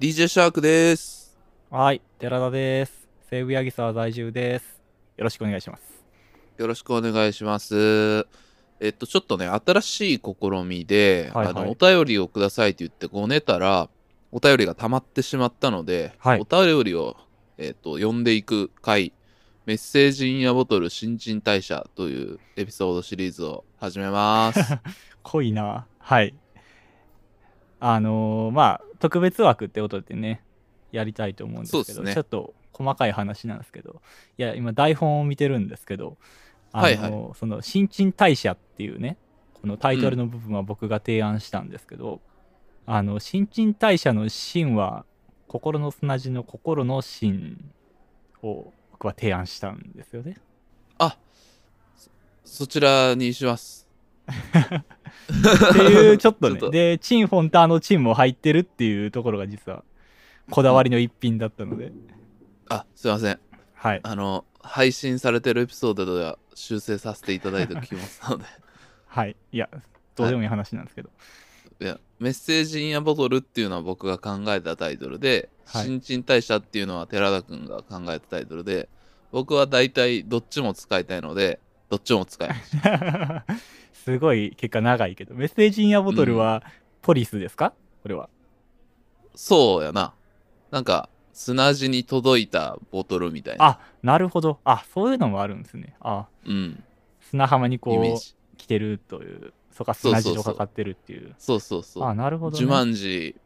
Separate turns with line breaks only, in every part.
DJ シャークです。
はい、寺田です。西武八木沢在住です。よろしくお願いします。
よろしくお願いします。えっと、ちょっとね、新しい試みで、
はいはい
あの、お便りをくださいって言ってごねたら、お便りが溜まってしまったので、
はい
お便りを、えっと、読んでいく回、メッセージインアボトル新陳代謝というエピソードシリーズを始めます。
濃いな。はい。あのーまあ、特別枠ってことでね、やりたいと思うんですけ
そう
ど、
ですね
ちょっと細かい話なんですけど、いや、今台本を見てるんですけど、あのー
はい
その、新陳代謝っていうね、このタイトルの部分は僕が提案したんですけど、あの、新陳代謝の芯は、心の砂地の心の芯を僕は提案したんですよね。
そちらにします。
っていうちょっとね
ちょっと
でチンフォンターのチンも入ってるっていうところが実はこだわりの一品だったので、
あ、すいません。
はい
あの、配信されてるエピソードでは修正させていただいておきますので。
はいいやどうでもいい話なんですけど、
いやメッセージインアボトルっていうのは僕が考えたタイトルで、
はい
新陳代謝っていうのは寺田くんが考えたタイトルで僕は大体どっちも使いたいのでどっちも使います
すごい結果長いけどメッセージインアボトルはポリスですか、これは
そうやななんか砂地に届いたボトルみたいな
あなるほどあそういうのもあるんですねあ
うん
砂浜に
イメー
こ
ジ
う来てるというそっか
そうそ
砂
うそう
地とかかってるっていう
そうそうそう
あなるほど、
ジ
ね、
ュマンジ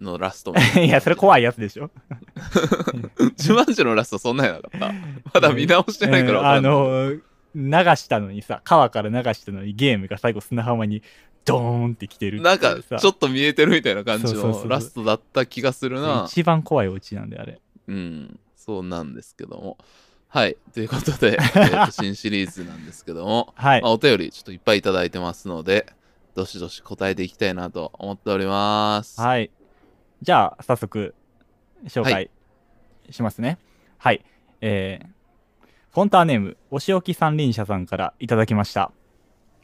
のラストみた
いやそれ怖いやつでしょ
ジュマンジのラストそんなんやなか ったまだ見直してないからわ
うん
か
あ
んない、
の流したのにさ川から流したのにゲームが最後砂浜にドーンって来てるっていう
なんか
さ
ちょっと見えてるみたいな感じ
そうそうそうそ
の
う
ラストだった気がするな
一番怖いお家なんであれ
うん、そうなんですけども。はい、ということ で、えーと新シリーズなんですけども、
はい
まあ、お便りちょっといっぱいいただいてますので、どしどし答えていきたいなと思っております。
はいじゃあ早速紹
は
介しますねはい、えーフォンターネームお仕置き三輪車さんからいただきました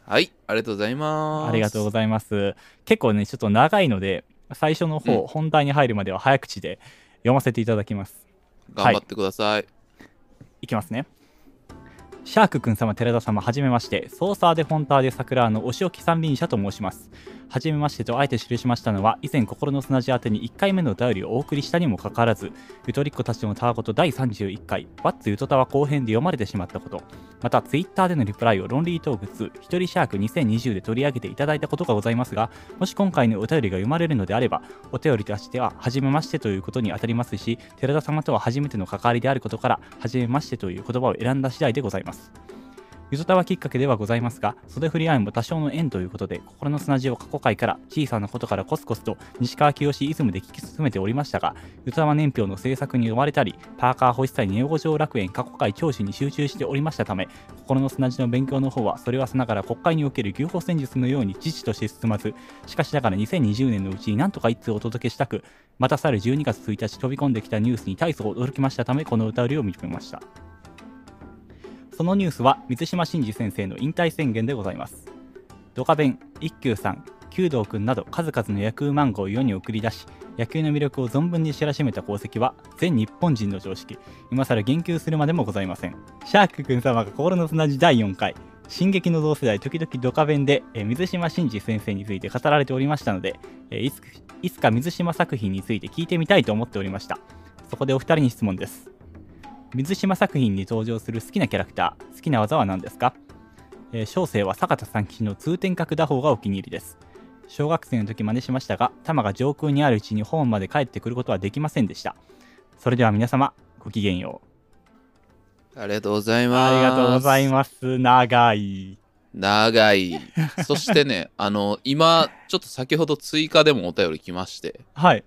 はい、ありがとうございます。
ありがとうございます結構ねちょっと長いので最初の方、
うん
本題に入るまでは早口で読ませていただきます
頑張ってください。
いきますねシャークくん様寺田様はじめましてソーサーでフォンターで桜のお仕置き三輪車と申しますはじめましてとあえて記しましたのは以前心の砂地宛てに1回目のお便りをお送りしたにもかかわらずゆとりっ子たちのたわごと第31回「ワッツゆとたわ」後編で読まれてしまったことまたツイッターでのリプライをロンリートーク2「ひとりシャーク2020」で取り上げていただいたことがございますがもし今回のお便りが読まれるのであればお便りとしては初めましてということにあたりますし寺田様とは初めての関わりであることから初めましてという言葉を選んだ次第でございますゆとたわきっかけではございますが、袖振り合いも多少の縁ということで、心の砂地を過去回から小さなことからコスコスと西川清イズムで聞き進めておりましたが、ゆとたわ年表の制作に追われたり、パーカー保湿祭ネオ五条楽園過去回聴取に集中しておりましたため、心の砂地の勉強の方は、それはさながら国会における牛歩戦術のように知事として進まず、しかしながら2020年のうちになんとか一通お届けしたく、また去る12月1日飛び込んできたニュースに大層驚きましたため、この歌売りを認めました。そのニュースは水島真嗣先生の引退宣言でございます。ドカベン、一休さん、弓道くんなど数々の野球漫画を世に送り出し、野球の魅力を存分に知らしめた功績は全日本人の常識、今更言及するまでもございません。シャークくん様が心の砂地第4回、進撃の同世代時々ドカベンで、えー水島真嗣先生について語られておりましたので、えーいつかいつか水島作品について聞いてみたいと思っておりました。そこでお二人に質問です。水島作品に登場する好きなキャラクター好きな技は何ですか、えー小生は坂田三吉の通天閣打法がお気に入りです小学生の時真似しましたが弾が上空にあるうちにホームまで帰ってくることはできませんでしたそれでは皆様ごきげんよう
ありがとうございます。
ありがとうございます長い
長い。 そしてね、あの、今、ちょっと先ほど追加でもお便り来まして、
はい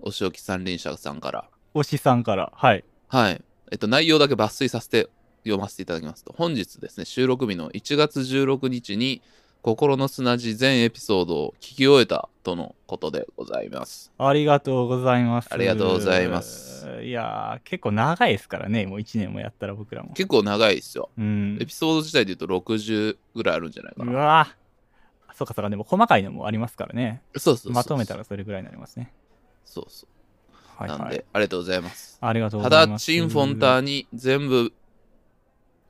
お仕置き三輪車さんから。
推しさんからはい
はい。えっと、内容だけ抜粋させて読ませていただきますと、本日ですね、収録日の1月16日に、心の砂地全エピソードを聞き終えたとのことでございます。
ありがとうございます
ありがとうございます
いやー結構長いですからねもう1年もやったら僕らも
結構長いですよ。
うん
エピソード自体で言うと60ぐらいあるんじゃないか
う
な。
わーそうかそうかでも細かいのもありますからね
そうそうそうそう
まとめたらそれぐらいになりますね。
そうそう。
はい
なん
はい
で、ありがとうございます。
ありがとうご
た
ざい
だ、
ます
チンフォンターに全部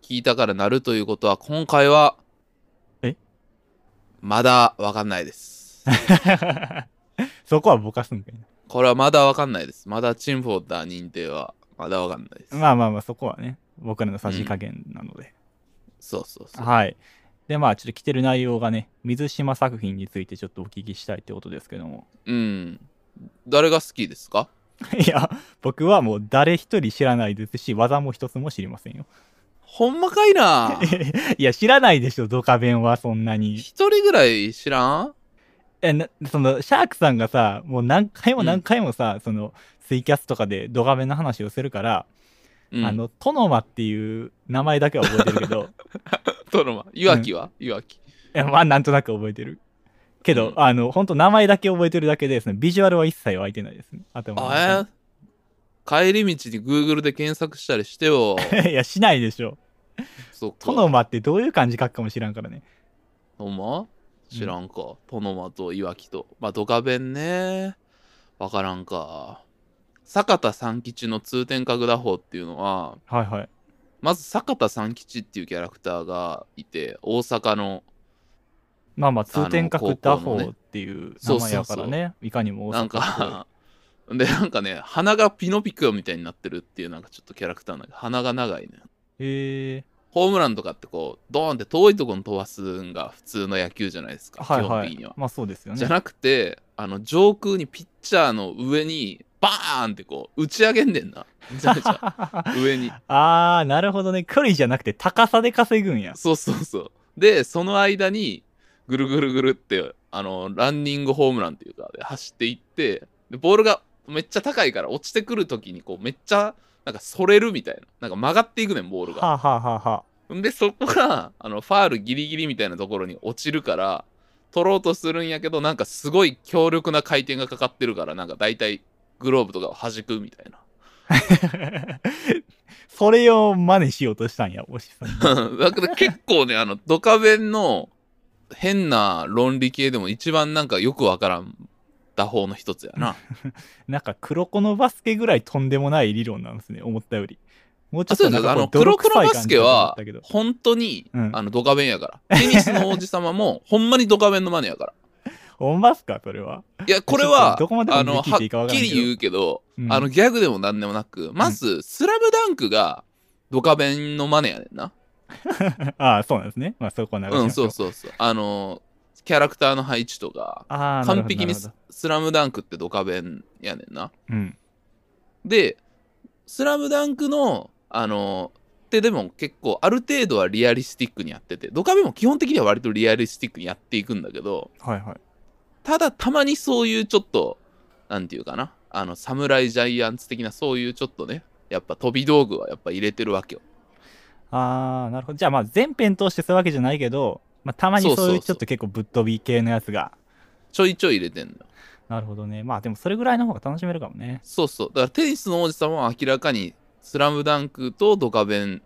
聞いたからなるということは、今回は、
え
まだわかんないです。
そこはぼかすんかい
これはまだわかんないです。まだチンフォンター認定は、まだわかんないです。
なまあまあまあそこはね僕らの差し加減なので、
そうそうそう。
はいでまあちょっと来てる内容がね水島作品についてちょっとお聞きしたいってことですけども
うん。誰が好きですか
いや僕はもう誰一人知らないですし技も一つも知りませんよ
ほんまかい な
いや知らないでしょドカベンはそんなに
一人ぐらい知らん
えなそのシャークさんがさもう何回も
うん
何回もさ、そのツイキャスとかでドカベンの話をするから、
うん。
あ、のトノマっていう名前だけは覚えてる けど
トロマ。いわきはいわき。
いやまあなんとなく覚えてるけど、
うん
あの本当名前だけ覚えてるだけでそのビジュアルは一切湧いてないですね頭の中
あえ帰り道に Google で検索したりして よ。
にいやしないでしょ
そっか。
トノマってどういう漢字書くかも知らんからね
ほんま知らんか。トノマといわきと。まあ、ドカベンね。わからんか。坂田三吉の通天閣打法っていうのは、
はいはい
まず坂田三吉っていうキャラクターがいて、大阪の、
まあまあ通天
あの
閣
高
打
校の
法
ね
っていう名前やからね
そうそう
いかにも大阪
なん
っぽい
か、 で、なんかね、鼻がピノピクみたいになってるっていう、なんかちょっとキャラクターなんか、鼻が長いね。
へえ
ホームランとかってこう、ドーンって遠いところに飛ばすんが普通の野球じゃないです か、
はい
基本
は
的に
い
は。
まあそうですよね
じゃなくて、あの、上空にピッチャーの上に、バーンってこう、打ち上げんねん な。めちゃめちゃ上に。
あー、なるほどね。距離じゃなくて高さで稼ぐん や。
そうそうそう。で、その間に、ぐるぐるぐるって、あの、ランニングホームランっていうか、で走っていって、で、ボールがめっちゃ高いから、落ちてくるときに、こう、めっちゃ、なんか、それるみたいな。なんか曲がっていくねん、ボールが。
はあ、はあはあは
んで、そこが、あの、ファールギリギリみたいなところに落ちるから、取ろうとするんやけど、なんかすごい強力な回転がかかってるから、なんか大体グローブとかを弾くみたいな。
あ、それを真似しようとしたんや、おし さん。
だから結構ね、あの、ドカベンの変な論理系でも一番なんかよくわからん打法の一つやな。
なんか、黒子のバスケぐらいとんでもない理論なんですね、思ったより。もうちょ
あ、
っ
そ
と
うで
なん
す。
か
あ
こ
の、
う
黒
泥
子の
臭い
バス
感じ
ケ
だと思っ
は
たけど、
本当に、
うん
あの、ドカベンやから。テニスの王子様も、ほんまにドカベンのマネやから。
ほんますか、それは。
いや、これは、
ちょっとどこまで
あ
本
の、
気
はっ
で聞いていいかわからん
き
けど
り言うけど、
うん
あの、ギャグでもなんでもなく、まず、スラムダンクが、ドカベンのマネやねんな。
ああ、そうなんですね。まあ、そこは流しましょ
うん、そうそうそう。あの、キャラクターの配置とか、
ああ、なる
完
ほど
璧
なる
に
ほど
ススラムダンクってドカベンやねんな。
うん。
で、スラムダンクの、あの、ってでも結構、ある程度はリアリスティックにやってて、ドカベンも基本的には割とリアリスティックにやっていくんだけど、
はいはい。
ただたまにそういうちょっと、なんていうかな、あの、侍ジャイアンツ的なそういうちょっとね、やっぱ飛び道具はやっぱ入れてるわけよ。
ああ、なるほど。じゃあ、まあ、全編通してそういうわけじゃないけど、まあ、たまに
そう
そ
そううそう
いうちょっと結構ぶっ飛び系のやつが。
ちょいちょい入れてんのよ。
なるほどね。まあ、でもそれぐらいの方が楽しめるかもね。
そうそう。だからテニスの王子様は明らかに、スラムダンクとドカベン、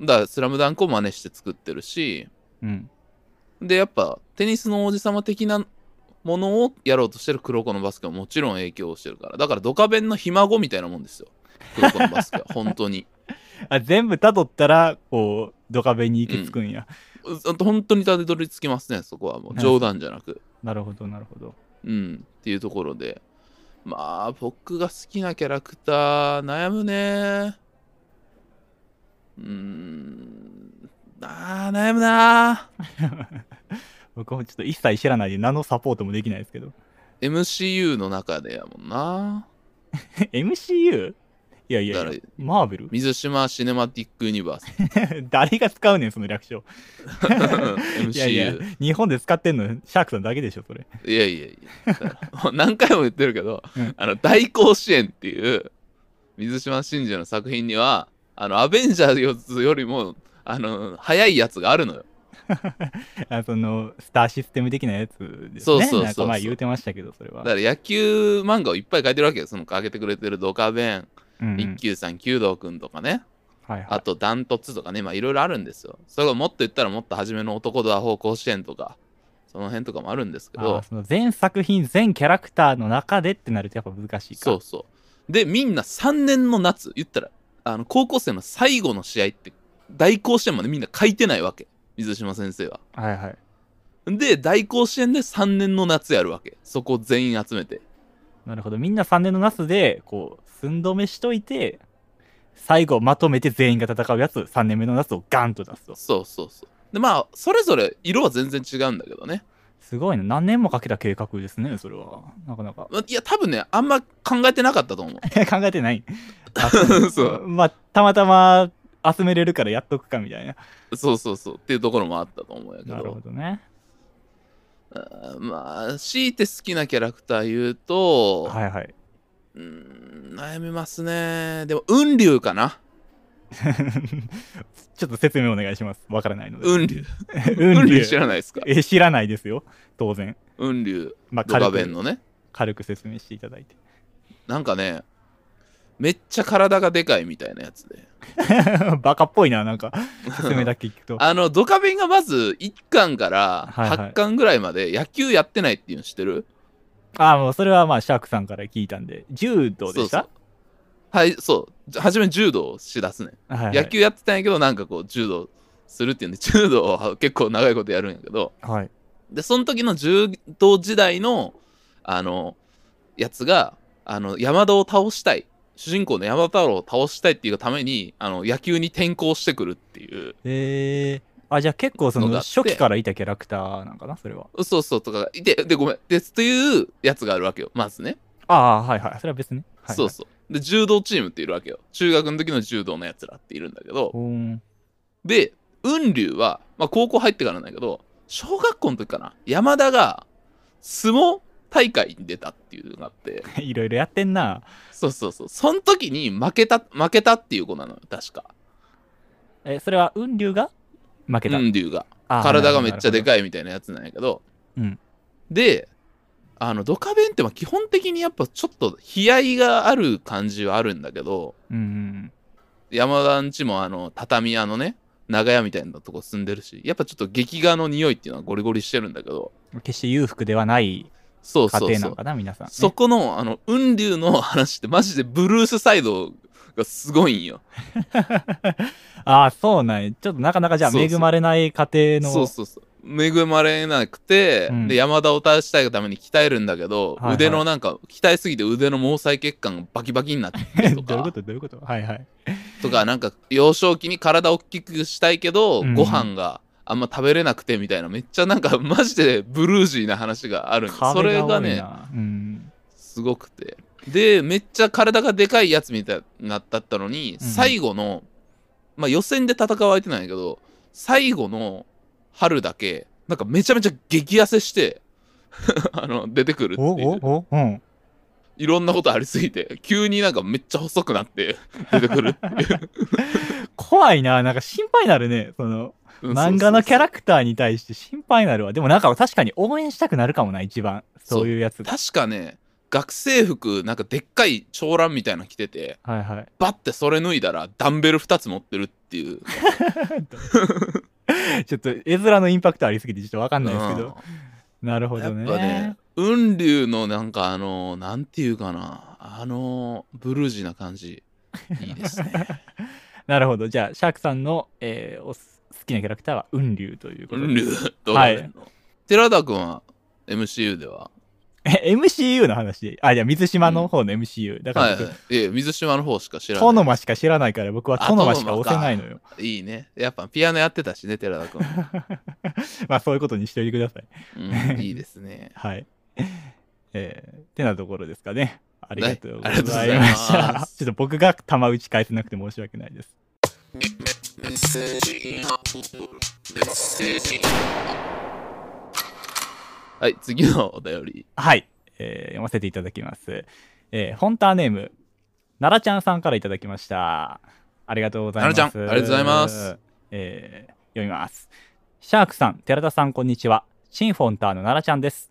だからスラムダンクを真似して作ってるし、
うん。
で、やっぱ、テニスの王子様的なものをやろうとしてる黒子のバスケももちろん影響をしてるから。だからドカベンのひ孫みたいなもんですよ。黒子のバスケは、本当に。
あ全部たどったらこうドカベンに行き着くんや、
う本当にたどり着きますね、そこはもう。冗談じゃなく。
なるほどなるほど
うん、っていうところで。まあ、僕が好きなキャラクター、悩むね。うーん、あー悩むな。
僕もちょっと一切知らないで何のサポートもできないですけど
MCU の中でやもんな。
MCU? いやいやい
誰
やマーベル
水島シネマティックユニバース。
誰が使うねんその略称
MCU。
いやいや日本で使ってんのシャークさんだけでしょそれ
いやいやいや。だからもう何回も言ってるけど、
うん
あの、大甲子園っていう、水島真司の作品には、あの、アベンジャーズよりも、あの、早いやつがあるのよ。
あそのスターシステム的なやつですね
そうそうそうそう
なんか前言うてましたけどそれは
だから野球漫画をいっぱい書いてるわけよ。その上げてくれてるドカベン、
うんうん
一休さん、九道くんとかね。
はい
あ
は
とダントツとかね。まあいろいろあるんですよ。それがもっと言ったらもっと初めの男とアホ甲子園とか、その辺とかもあるんですけ
いあ
ど
ー、その全作品全キャラクターの中でってなるとやっぱ難しいか
そうそう。で、みんな3年の夏、言ったら、あの、高校生の最後の試合って、大甲子園までみんな書いてないわけ。水島先生は。
はいはい。
で、大甲子園で3年の夏やるわけ。そこ全員集めて。
なるほど。みんな3年のナスで、こう、寸止めしといて、最後まとめて全員が戦うやつ、3年目のナスをガンと出すと。
そうそうそう。で、まあ、それぞれ色は全然違うんだけどね。
すごいね。何年もかけた計画ですね、それは。なかな か。
まあいや、多分ね、あんま考えてなかったと思う。
考えてない。
そ
まあ、たまたま集めれるからやっとくかみたいな。
うそうそうそう。っていうところもあったと思うんやけ
なるほ
ど。
どね。
あーまあ、強いて好きなキャラクター言うと、
はいはい。
うーん、悩みますね。でも、雲龍かな。
ちょっと説明お願いします。わからないので。
雲龍。
運
雲
龍
龍知らないですか
え知らないですよ。当然。
雲龍、
まあ、
ド
軽
カベン
く
のね。
軽く説明していただいて。
なんかね、めっちゃ体がでかいみたいなやつで。
バカっぽいな、な んか。説明だけ聞くと。
あの、ドカベンがまず1巻から
はいはい
8巻ぐらいまで野球やってないっていうの知ってる、
ああ、もうそれはまあ、シャークさんから聞いたんで。柔道でした
そうそうはい、そう。初め柔道をしだすね。
はいはい
野球やってたんやけど、なんかこう、柔道するっていうんで、柔道を結構長いことやるんやけど、
はい。
で、その時の柔道時代の、あの、やつが、あの、山田を倒したい。主人公の山田太郎を倒したいっていうために、あの、野球に転向してくるっていう。
えー。あ、じゃあ結構そ
のが
の、
あって
初期からいたキャラクターなんかな、それは。
そうそうとかがいて、で、ごめん。で、というやつがあるわけよ。まずね。
ああ、はいはい。それは別に。はいはい、
そうそう。で、柔道チームっているわけよ。中学の時の柔道のやつらっているんだけど。
ほーん
で、雲龍は、まあ、高校入ってからなんだけど、小学校の時かな。山田が、相撲大会に出たっていうのがあって。
いろいろやってんな。
そうそうそう。その時に負けた、負けたっていう子なのよ、確か。
え、それは雲龍が負けた。
雲龍が。
あー
体がめっちゃで
い。
かいみたいなやつなんやけど。
うん
で、あの、ドカベンってまあ基本的にやっぱちょっと悲哀がある感じはあるんだけど、
うんうん
山田んちもあの、畳屋のね、長屋みたいなとこ住んでるし、やっぱちょっと劇画の匂いっていうのはゴリゴリしてるんだけど、
うん。決して裕福ではない
そう
家
そう
庭
そ
な
う
の。かな、皆さんね。
そこの、あの、雲龍の話ってマジでブルースサイドがすごいんよ。
ああ、そうなんやちょっとなかなかじゃあ
そう
恵
そう
まれない家庭の。
そうそうそう恵まれなくて、
うん
で山田を倒したいがために鍛えるんだけど、
はいはい
腕のなんか鍛えすぎて腕の毛細血管がバキバキになって と
どういうこ
か
とどういうことはいはい。
とかなんか幼少期に体大きくしたいけど、
うん
ご飯があんま食べれなくてみたいなめっちゃなんかマジでブルージーな話があるんよそれが
壁
ね
多いな。うん。
すごくてでめっちゃ体がでかいやつみたいなだったのに、
うん
最後のまあ予選で戦う相手なんやけど最後の春だけなんかめちゃめちゃ激痩せして あの出てくるって
お
い
お
う
おうん。
いろんなことありすぎて急になんかめっちゃ細くなって出てく るっていう
怖いな。なんか心配になるね。その、
うん
漫画のキャ
ラ
ラクターに対して心配になるわ。でもなんか確かに応援したくなるかもな、一番。
そう
そういうやつが。
確かね学生服なんかでっかい長蘭みたいなの着てて
はいはい。
バッてそれ脱いだらダンベル2つ持ってるっていう
ちょっと絵面のインパクトありすぎてちょっとわかんないですけ
うん
ど。なるほ
や
ど
っ
ね。
ぱね、雲龍のなんかあの、なんていうかな、あの、ブルージーな感じ、いいですね。
なるほど。じゃあ、シャークさんの、えーおす好きなキャラクターは雲龍ということ
雲
で。
龍、どうなるの、寺田君は MCU では、
え、MCU の話で。あ、じゃあ、水島の方の MCU。だから
はい
僕、
はい、いや水島の方しか知ら
トノ
な
マしか知らないから、僕はトノマしか押せないのよ。
い。いいね。やっぱピアノやってたしね、寺田君。
まあ、そういうことにしておいてください。
うん、いいですね。
はい。えー、ってなところですかね。ありがとうござ
はいありがとうござ
い
い
ま
ま
し
す
た。 ちょっと僕が玉打ち返せなくて申し訳ないです。
はい、次のお便り。
はい、えー読ませていただきます。えー、フォンターネーム、奈良ちゃんさんからいただきました。ありがとうございます。
奈良ちゃんありがとうございます。
えー読みます。シャークさん、寺田さん、こんにちは。シンフォンターの奈良ちゃんです。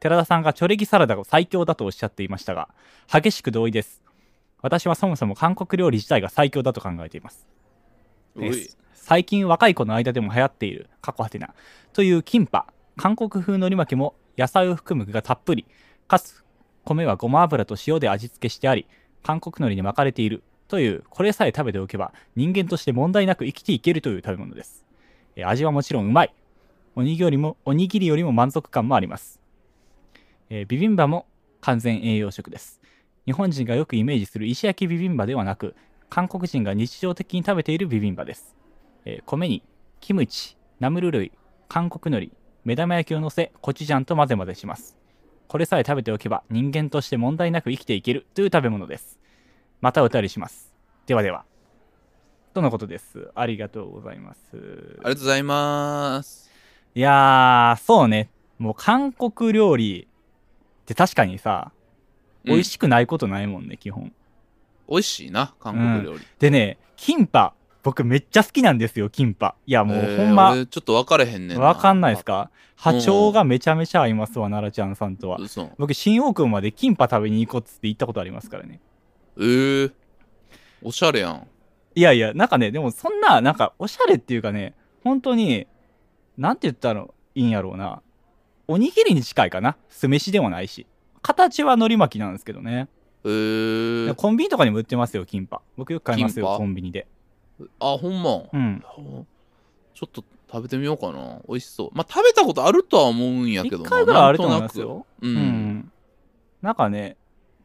寺田さんがチョレギサラダが最強だとおっしゃっていましたが、激しく同意です。私はそもそも韓国料理自体が最強だと考えています。
うい
最近若い子の間でも流行っている過去はてなというキンパ韓国風のり巻きも野菜を含む具がたっぷりかつ米はごま油と塩で味付けしてあり韓国海苔に巻かれているというこれさえ食べておけば人間として問題なく生きていけるという食べ物です、えー味はもちろんうまいおにぎりよりもおにぎりよりも満足感もあります、えービビンバも完全栄養食です日本人がよくイメージする石焼きビビンバではなく韓国人が日常的に食べているビビンバです、えー米にキムチナムル類韓国海苔目玉焼きを乗せコチュジャンと混ぜ混ぜしますこれさえ食べておけば人間として問題なく生きていけるという食べ物ですまたお便りしますではではとのことですありがとうございます
りがとうございます。
いやーそうねもう韓国料理って確かにさ
うん
美味しくないことないもんね、基本
美味しいな、韓国料理。
でねキンパ僕めっちゃ好きなんですよキンパいやもう
えー
ほんま、
俺ちょっと分かれへんねんな。
わかんないですか波
う
長
ん
がめちゃめちゃ合いますわ、奈良ちゃんさんとは。
嘘。
僕、新大久保までキンパ食べに行こうっつって行ったことありますからね。
えー、おしゃれやん。
いやいや、なんかね、でもそんな、なんか、おしゃれっていうかね、本当に、なんて言ったらいいんやろうな。おにぎりに近いかな。酢飯でもないし。形は海苔巻きなんですけどね。
えー、
コンビニとかにも売ってますよ、キンパ。僕よく買いますよ
キン、パ
コンビニで。
あ、ほんま。
うん。
ちょっと食べてみようかな。美味しそう。まあ、食べたことあるとは思うんやけど
一
な。
回ぐらいあると思います
なん
よ。
となく。う。
うんん、なんかね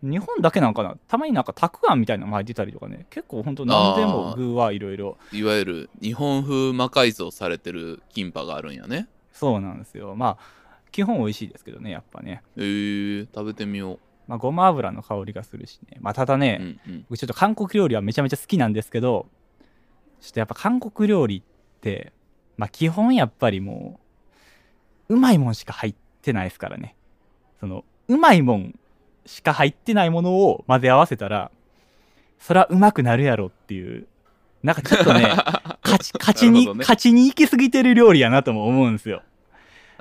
日本だけなんかなたまになんかたくあんみたいなのも入ってたりとかね結構ほんと何でも
あー
具はいろいろ
いわゆる日本風魔改造されてるキンパがあるんやね。
そうなんですよまあ基本美味しいですけどねやっぱね、
えー、食べてみよ
まあ、ごま油の香りがするしねまあただ
う。
ね、
うん うん。
僕ちょっと韓国料理はめちゃめちゃ好きなんですけどちょっとやっぱ韓国料理ってまあ基本やっぱりもううまいもんしか入ってないですからねそのうまいもんしか入ってないものを混ぜ合わせたらそらうまくなるやろっていうなんかちょっとね 勝ち勝ち
なる
に、
ほどね
勝ちに行き過ぎてる料理やなとも思うんですよ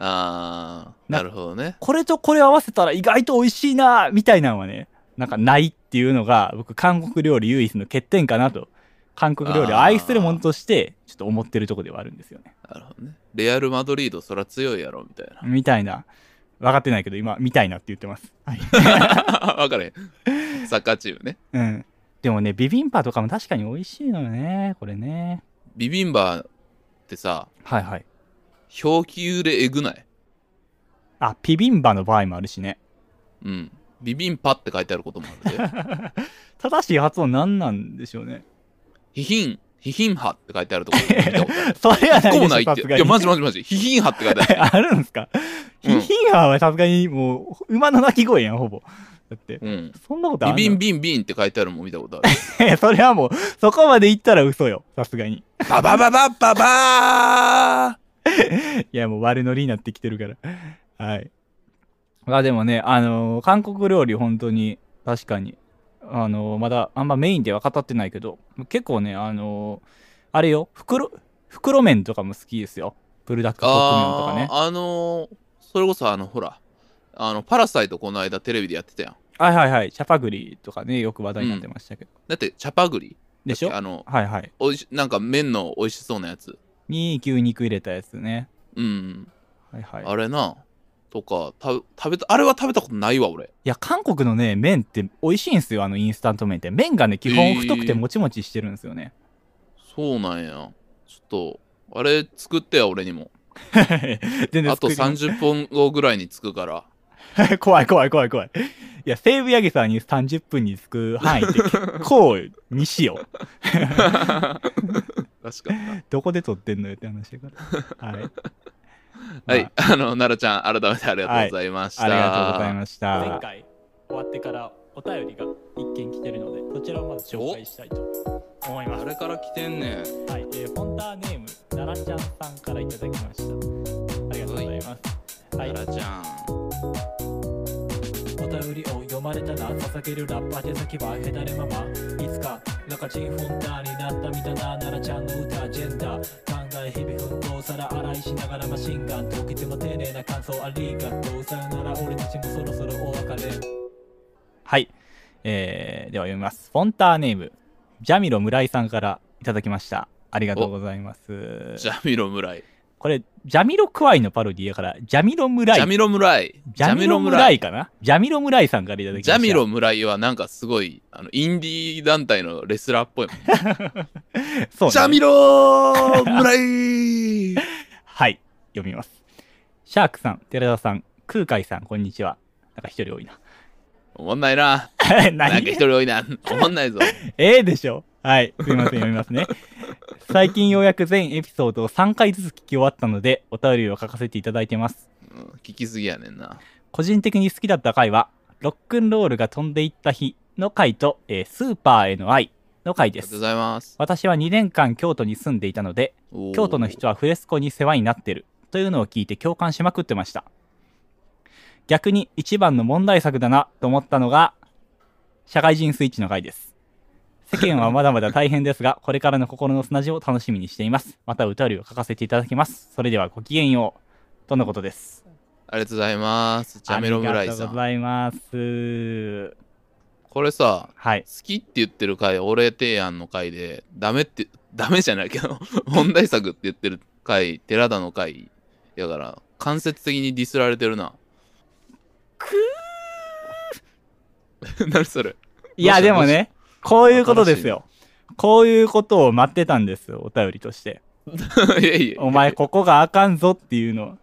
あー、なるほどね。
これとこれ合わせたら意外と美味しいなみたいなのはねなんかないっていうのが僕韓国料理唯一の欠点かなと韓国料理を愛するものとしてちょっと思ってるとこではあるんですよね
なるほどね。レアル・マドリード、そら強いやろ、みたいな。
みたいな分かってないけど今みたいなって言ってます、はい
わかれへん。サッカーチームね。
うん、でもねビビンパとかも確かに美味しいのよねこれね
ビビンバってさ、
はいはい
表記揺れえぐない
あピビンバの場合もある しね
うん。ビビンパって書いてあることもある で。
正しい発音何なんでしょうね
ヒヒン、ヒヒンハって書いてあるところ見たこと ある。
それは
一
ない
個
で
も
し
ない
ょ
っ
さ
て。
す
い
が
や、
に
マジマジマジ。ヒヒンハって書いてある。
あるんですか、
うん
ヒヒンハはさすがにもう馬の鳴き声やんほぼだって
うん。
そんなことあ
ビ
る
ビンビンビンって書いてあるもん見たこと ある。
それはもうそこまで言ったら嘘よさすがに
ババババッババー
いやもう悪ノリになってきてるからはいまあでもねあのー韓国料理本当に確かにあのーまだあんまメインでは語ってないけど結構ねあのーあれよ袋袋麺とかも好きですよブルダックポップ
あ
麺と
ー、
かね
あのー、それこそあの、ほら、あの、パラサイトこの間テレビでやってたやん。
はいはいはいチャパグリとかねよく話題になってましたけど、
だって、チャパグリ。
でしょ
だっけあの、
はいはい
おいし、なんか麺の美味しそうなやつ。
に牛肉入れたやつね
うん。
はいはい
あれな。とか、た食べた、あれは食べたことないわ、俺。
いや、韓国のね、麺って美味しいんですよ、あのインスタント麺って。麺がね、基
え
本
ー
太くてもちもちしてるんですよ ね。
そうなんや。ちょっと、あれ作ってや、俺にも。
全然
あと
作り物
30分後ぐらいに着く から。
怖い怖い怖い怖い。いや、西武八木さんに30分に着く範囲って結構にしよ う。
確かに。
どこで撮ってんのよって話だから。はい。
はい、あの、奈良ちゃん、改めてありがとうございました。
ありがとうございまし
前
た。
回終わってからお便りが一件来てるのでそちらをまず紹介したいと思います
誰から来てんねん。
はい、えー、フォンターネーム奈良ちゃんさんからいただきましたありがとうございますはい
奈良ちゃん。
お便りを読まれたら捧げるラップ宛先はへだれままいつかラカチンフォンターになったみたいな奈々ちゃんの歌ジェンダー考え日々奮闘皿洗いしながらマシンガンときても丁寧な感想ありがとうさよなら俺たちもそろそろお別れ
はい。えー、では読みます。フォンターネーム、ジャミロ村井さんからいただきました。ありがとうございます。
ジャミロ村井。
これ、ジャミロクワイのパロディやから、ジャミロムライ。
ジャミロムライ。
ジャミロムライ。かなジャミロムライさんからいただきまし
ジ
た。
ャミロムライはなんかすごい、あの、インディー団体のレスラーっぽいもん。
そう、ね。
ジャミロームライ
はい、読みます。シャークさん、寺田さん、空海さん、こんにちは。なんか一人多いな。
おもんないな。なんか
何
一人多いな。おもんないぞ。
ええでしょ。はい、すいません、読みますね。最近ようやく全エピソードを3回ずつ聞き終わったので、お便りを書かせていただいてます。
うん聞きすぎやねんな。
個人的に好きだった回は、ロックンロールが飛んでいった日の回と、えースーパーへの愛の回
あり
で
がとうご
す。
ざいます。
私は2年間京都に住んでいたので、
おー
京都の人はフレスコに世話になってるというのを聞いて共感しまくってました逆に一番の問題作だなと思ったのが社会人スイッチの回です世間はまだまだ大変で すがこれからの心の砂地を楽しみにしていますまた歌よりを書かせていただきますそれではごきげんようとのことです
ありがとうございます。ジャミロムライ
ありが
さ
とうご
ん。
ざいます
これさ、
はい
好きって言ってる回、俺提案の回で、ダメって、ダメじゃないけど、 問題作って言ってる回、寺田の回、やから、間接的にディスられてるな。
く
ー 何それ
いや
どうし
で
た
もねこういうことですよこういうことを待ってたんですよお便りとして
いやいや。
お前ここがあかんぞっていうの。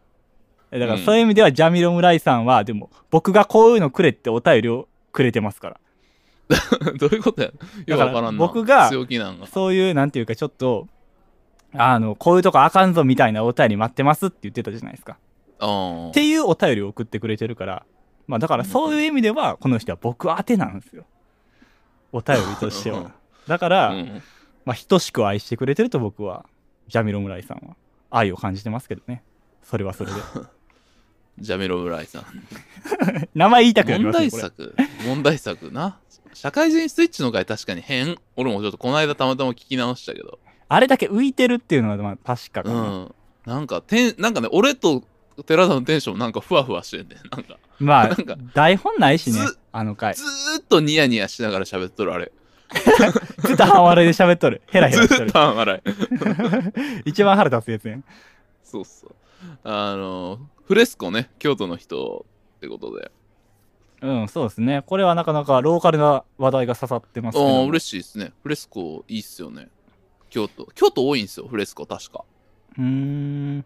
えだから
うん
そういう意味ではジャミロムライさんは、でも僕がこういうのくれってお便りをくれてますから。
どういうことやよくわからんな。
僕が
強気なんが。
そういう、なんていうかちょっと、あの、こういうとこあかんぞみたいなお便り待ってますって言ってたじゃないですか。
あ
っていうお便りを送ってくれてるから、まあだからそういう意味では、この人は僕宛てなんですよ。お便りとして
う
は
ん。
だか
あ。
ら、
うん
まあ等しく愛してくれてると僕は、ジャミロムライさんは愛を感じてますけどね。それは それで。
ジャミロ・ブライさん。
名前言いたくなり
問
ますね
題
これ
作。問題作な。社会人スイッチの回確かに変。俺もちょっとこの間たまたま聞き直したけど。
あれだけ浮いてるっていうのは、まあ、確かか
う
な、
ん。なんか、てん、なんかね、俺と寺田のテンションなんかふわふわしてんねん。なんか、
まあ
なんか
台本ないしね
ず
あの回
ずーっとニヤニヤしながら喋っとる、あれ。
ずっと半笑いで喋っ とるヘラヘ
ず
ラしと
ーっ
る
と笑い。
一番腹立つやつね
そうそう。あの、フレスコね、京都の人ってことで。
うんそうですねこれはなかなかローカルな話題が刺さってますけ
ああ、
ど
嬉しいですね。フレスコいいっすよね。京都。京都多いんですよ、フレスコ確か。
うーん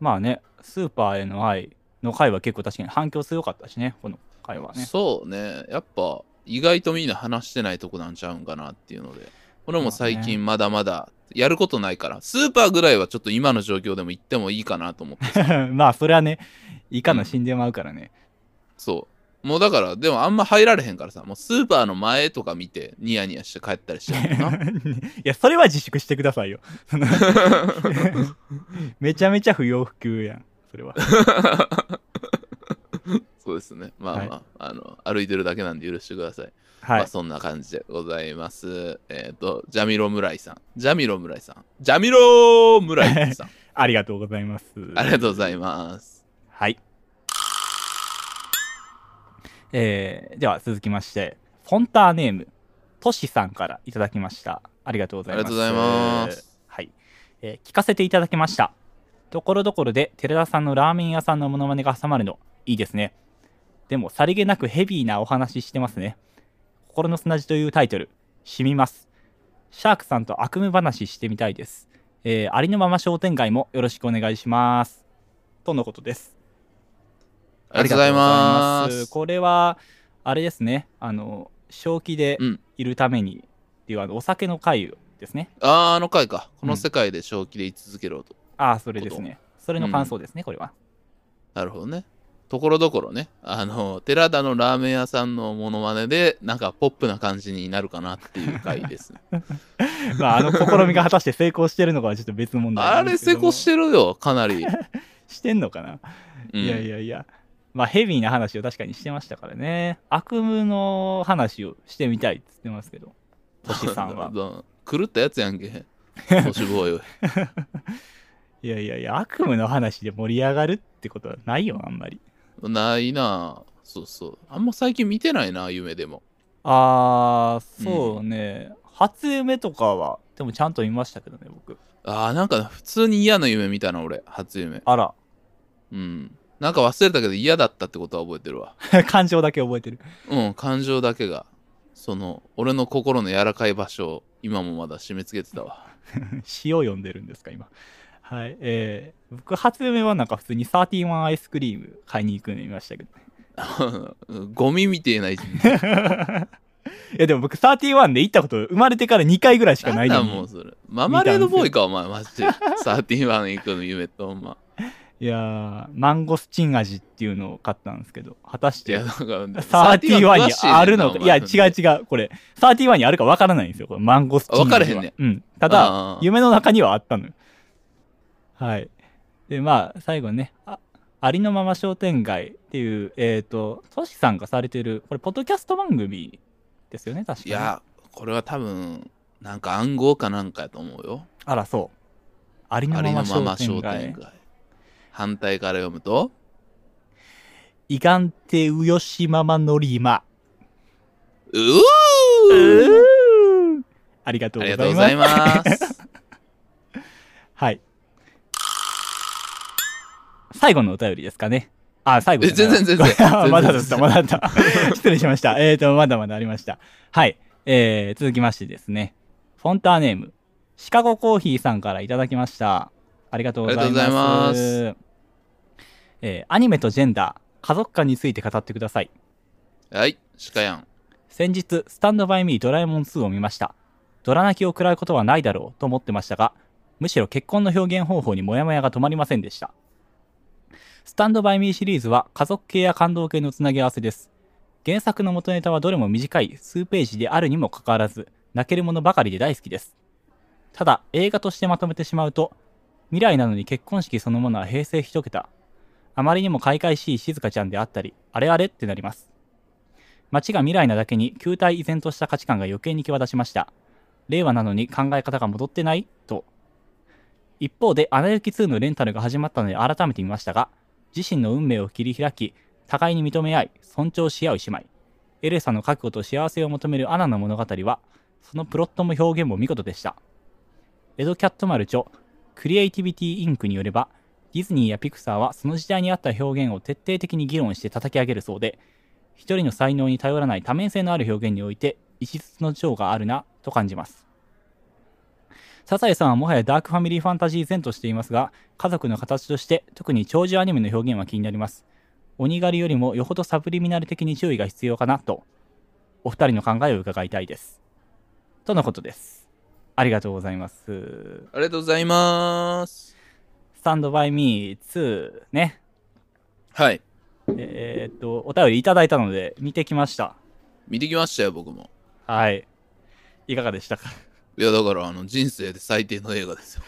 まあねスーパーへの愛の回は結構確かに反響強かったしねこの回はね
そうね。やっぱ、意外とみんな話してないとこなんちゃうんかなっていうので。俺も最近まだまだやることないから、スーパーぐらいはちょっと今の状況でも行ってもいいかなと思 って。
まあそれはねいかの死んでまうからね、
そう。もうだから、でもあんま入られへんからさ、もうスーパーの前とか見てニヤニヤして帰ったりしてる もんな。
いやそれは自粛してくださいよその めちゃめちゃ不要不急やんそれは
そうですね。まあ
はい
まあ、あの、歩いてるだけなんで許してください。
はい、
まあそんな感じでございます。えっ、と、ジャミロムライさん。ジャミロムライさん。ジャミロムライ さん。
ありがとうございます。
ありがとうございます。
はい。えー、では続きまして、フォンターネーム、トシさんからいただきました。ありがとうございます。
ありがとうございます。
はい。えー聞かせていただきました。ところどころで、寺田さんのラーメン屋さんのモノマネが挟まるの、いいですね。でも、さりげなくヘビーなお話してますね。心の砂地というタイトル、しみます。シャークさんと悪夢話してみたいです。えーありのまま商店街もよろしくお願いします。とのことです。
ありがとうございま。
ありがとうございますこれは、あれですね、あの、正気で
うん
いるためにっていう、あの、お酒の会ですね。
あー、あの回か。この世界で正気で居続けろと。
ああ、それですね。それの感想ですね、これは。
なるほどね。ところどころね、あの、寺田のラーメン屋さんのモノマネで、なんかポップな感じになるかなっていう回 ですね。
まあ、あの試みが果たして成功してるのかはちょっと別問題な
あ
んで
れ
すけ
成
ども
功してるよ、か なり。
してんのかな、
うん
いやいやいや。まあ、ヘビーな話を確かにしてましたからね。悪夢の話をしてみたいって言ってますけど、星さん は。
どん狂ったやつやんけ。星ボーイ。
いやいやいや、悪夢の話で盛り上がるってことはないよ、あんまり。
ないなぁそうそう。あんま最近見てないな夢でも。
あー、そうね。初夢とかはでもちゃんと見ましたけどね、僕。
あーなんか普通に嫌な夢見たな俺初夢
あら、
うんなんか忘れたけど嫌だったってことは覚えてるわ
感情だけ覚えてる。
うん感情だけがその俺の心の柔らかい場所を今もまだ締め付けてたわ
詩を読んでるんですか、今。はい。えー、僕、初夢はなんか普通に31アイスクリーム買いに行くの見ましたけど。
ゴミみてえな一日
いやでも僕31で行ったこと生まれてから2回ぐらいしかない
なん
の
だも
に
うそれママレードボーイかお前マジで31行くの夢とほんま
いやーマンゴスチン味っていうのを買ったんですけど果たし
いや
て
なんか
31にあるのかいや
う
違う違うこれ31にあるか分からないんですよこのマンゴスチン味は
分からへんね
うんた
あ
だ
ー
夢の中にはあったのよはいでまあ最後ねあありのまま商店街っていうえっ、とトシさんがされてるこれポッドキャスト番組ですよね確
い
かに
やこれは多分なんか暗号かなんかやと思うよ
あらそうありの
ありの
まま商
まま商
店
店
街
街反対から読むと
いがんてうよしままのりま。
うー
ありがとう
あ
ご
り
ざい
が
ま
とうございま
す。
す
はい。最後のお便りですかね。あ、最後
え
じゃない
全然全然
あまだだっ
全
た、
然
まだだった。 失礼しました。えっ、ー、と、まだまだありました。はい。えー、続きましてですね。フォンターネーム、シカゴコーヒーさんからいただきました。ありがとうございます。
ありがとうござ
えー、アニメとジェンダー、家族間について語ってください。
はいシカヤン
先日、スタンドバイミードラえもん2を見ました。ドラ泣きを食らうことはないだろうと思ってましたが、むしろ結婚の表現方法にモヤモヤが止まりませんでした。スタンドバイミーシリーズは家族系や感動系のつなぎ合わせです。原作の元ネタはどれも短い数ページであるにもかかわらず、泣けるものばかりで大好きです。ただ、映画としてまとめてしまうと、未来なのに結婚式そのものは平成一桁。あまりにも開会しい静香ちゃんであったり、あれあれってなります。街が未来なだけに球体依然とした価値観が余計に際立ちました。令和なのに考え方が戻ってないと。一方で、アナ雪2のレンタルが始まったので改めて見ましたが、自身の運命を切り開き、互いに認め合い、尊重し合う姉妹。エレサの覚悟と幸せを求めるアナの物語は、そのプロットも表現も見事でした。エド・キャットマル著、クリエイティビティ・インクによれば、ディズニーやピクサーはその時代に合った表現を徹底的に議論して叩き上げるそうで、一人の才能に頼らない多面性のある表現において、一律の情があるなと感じます。サザエさんはもはやダークファミリーファンタジー前としていますが、家族の形として特に長寿アニメの表現は気になります。鬼狩りよりもよほどサブリミナル的に注意が必要かなと、お二人の考えを伺いたいです。とのことです。ありがとうございます。
ありがとうございます
スタンドバイミー2ね。
はい
えーっと、お便りいただいたので見てきました。
見てきましたよ僕も
はい。いかがでしたか
いやだからあの人生で最低の映画ですよ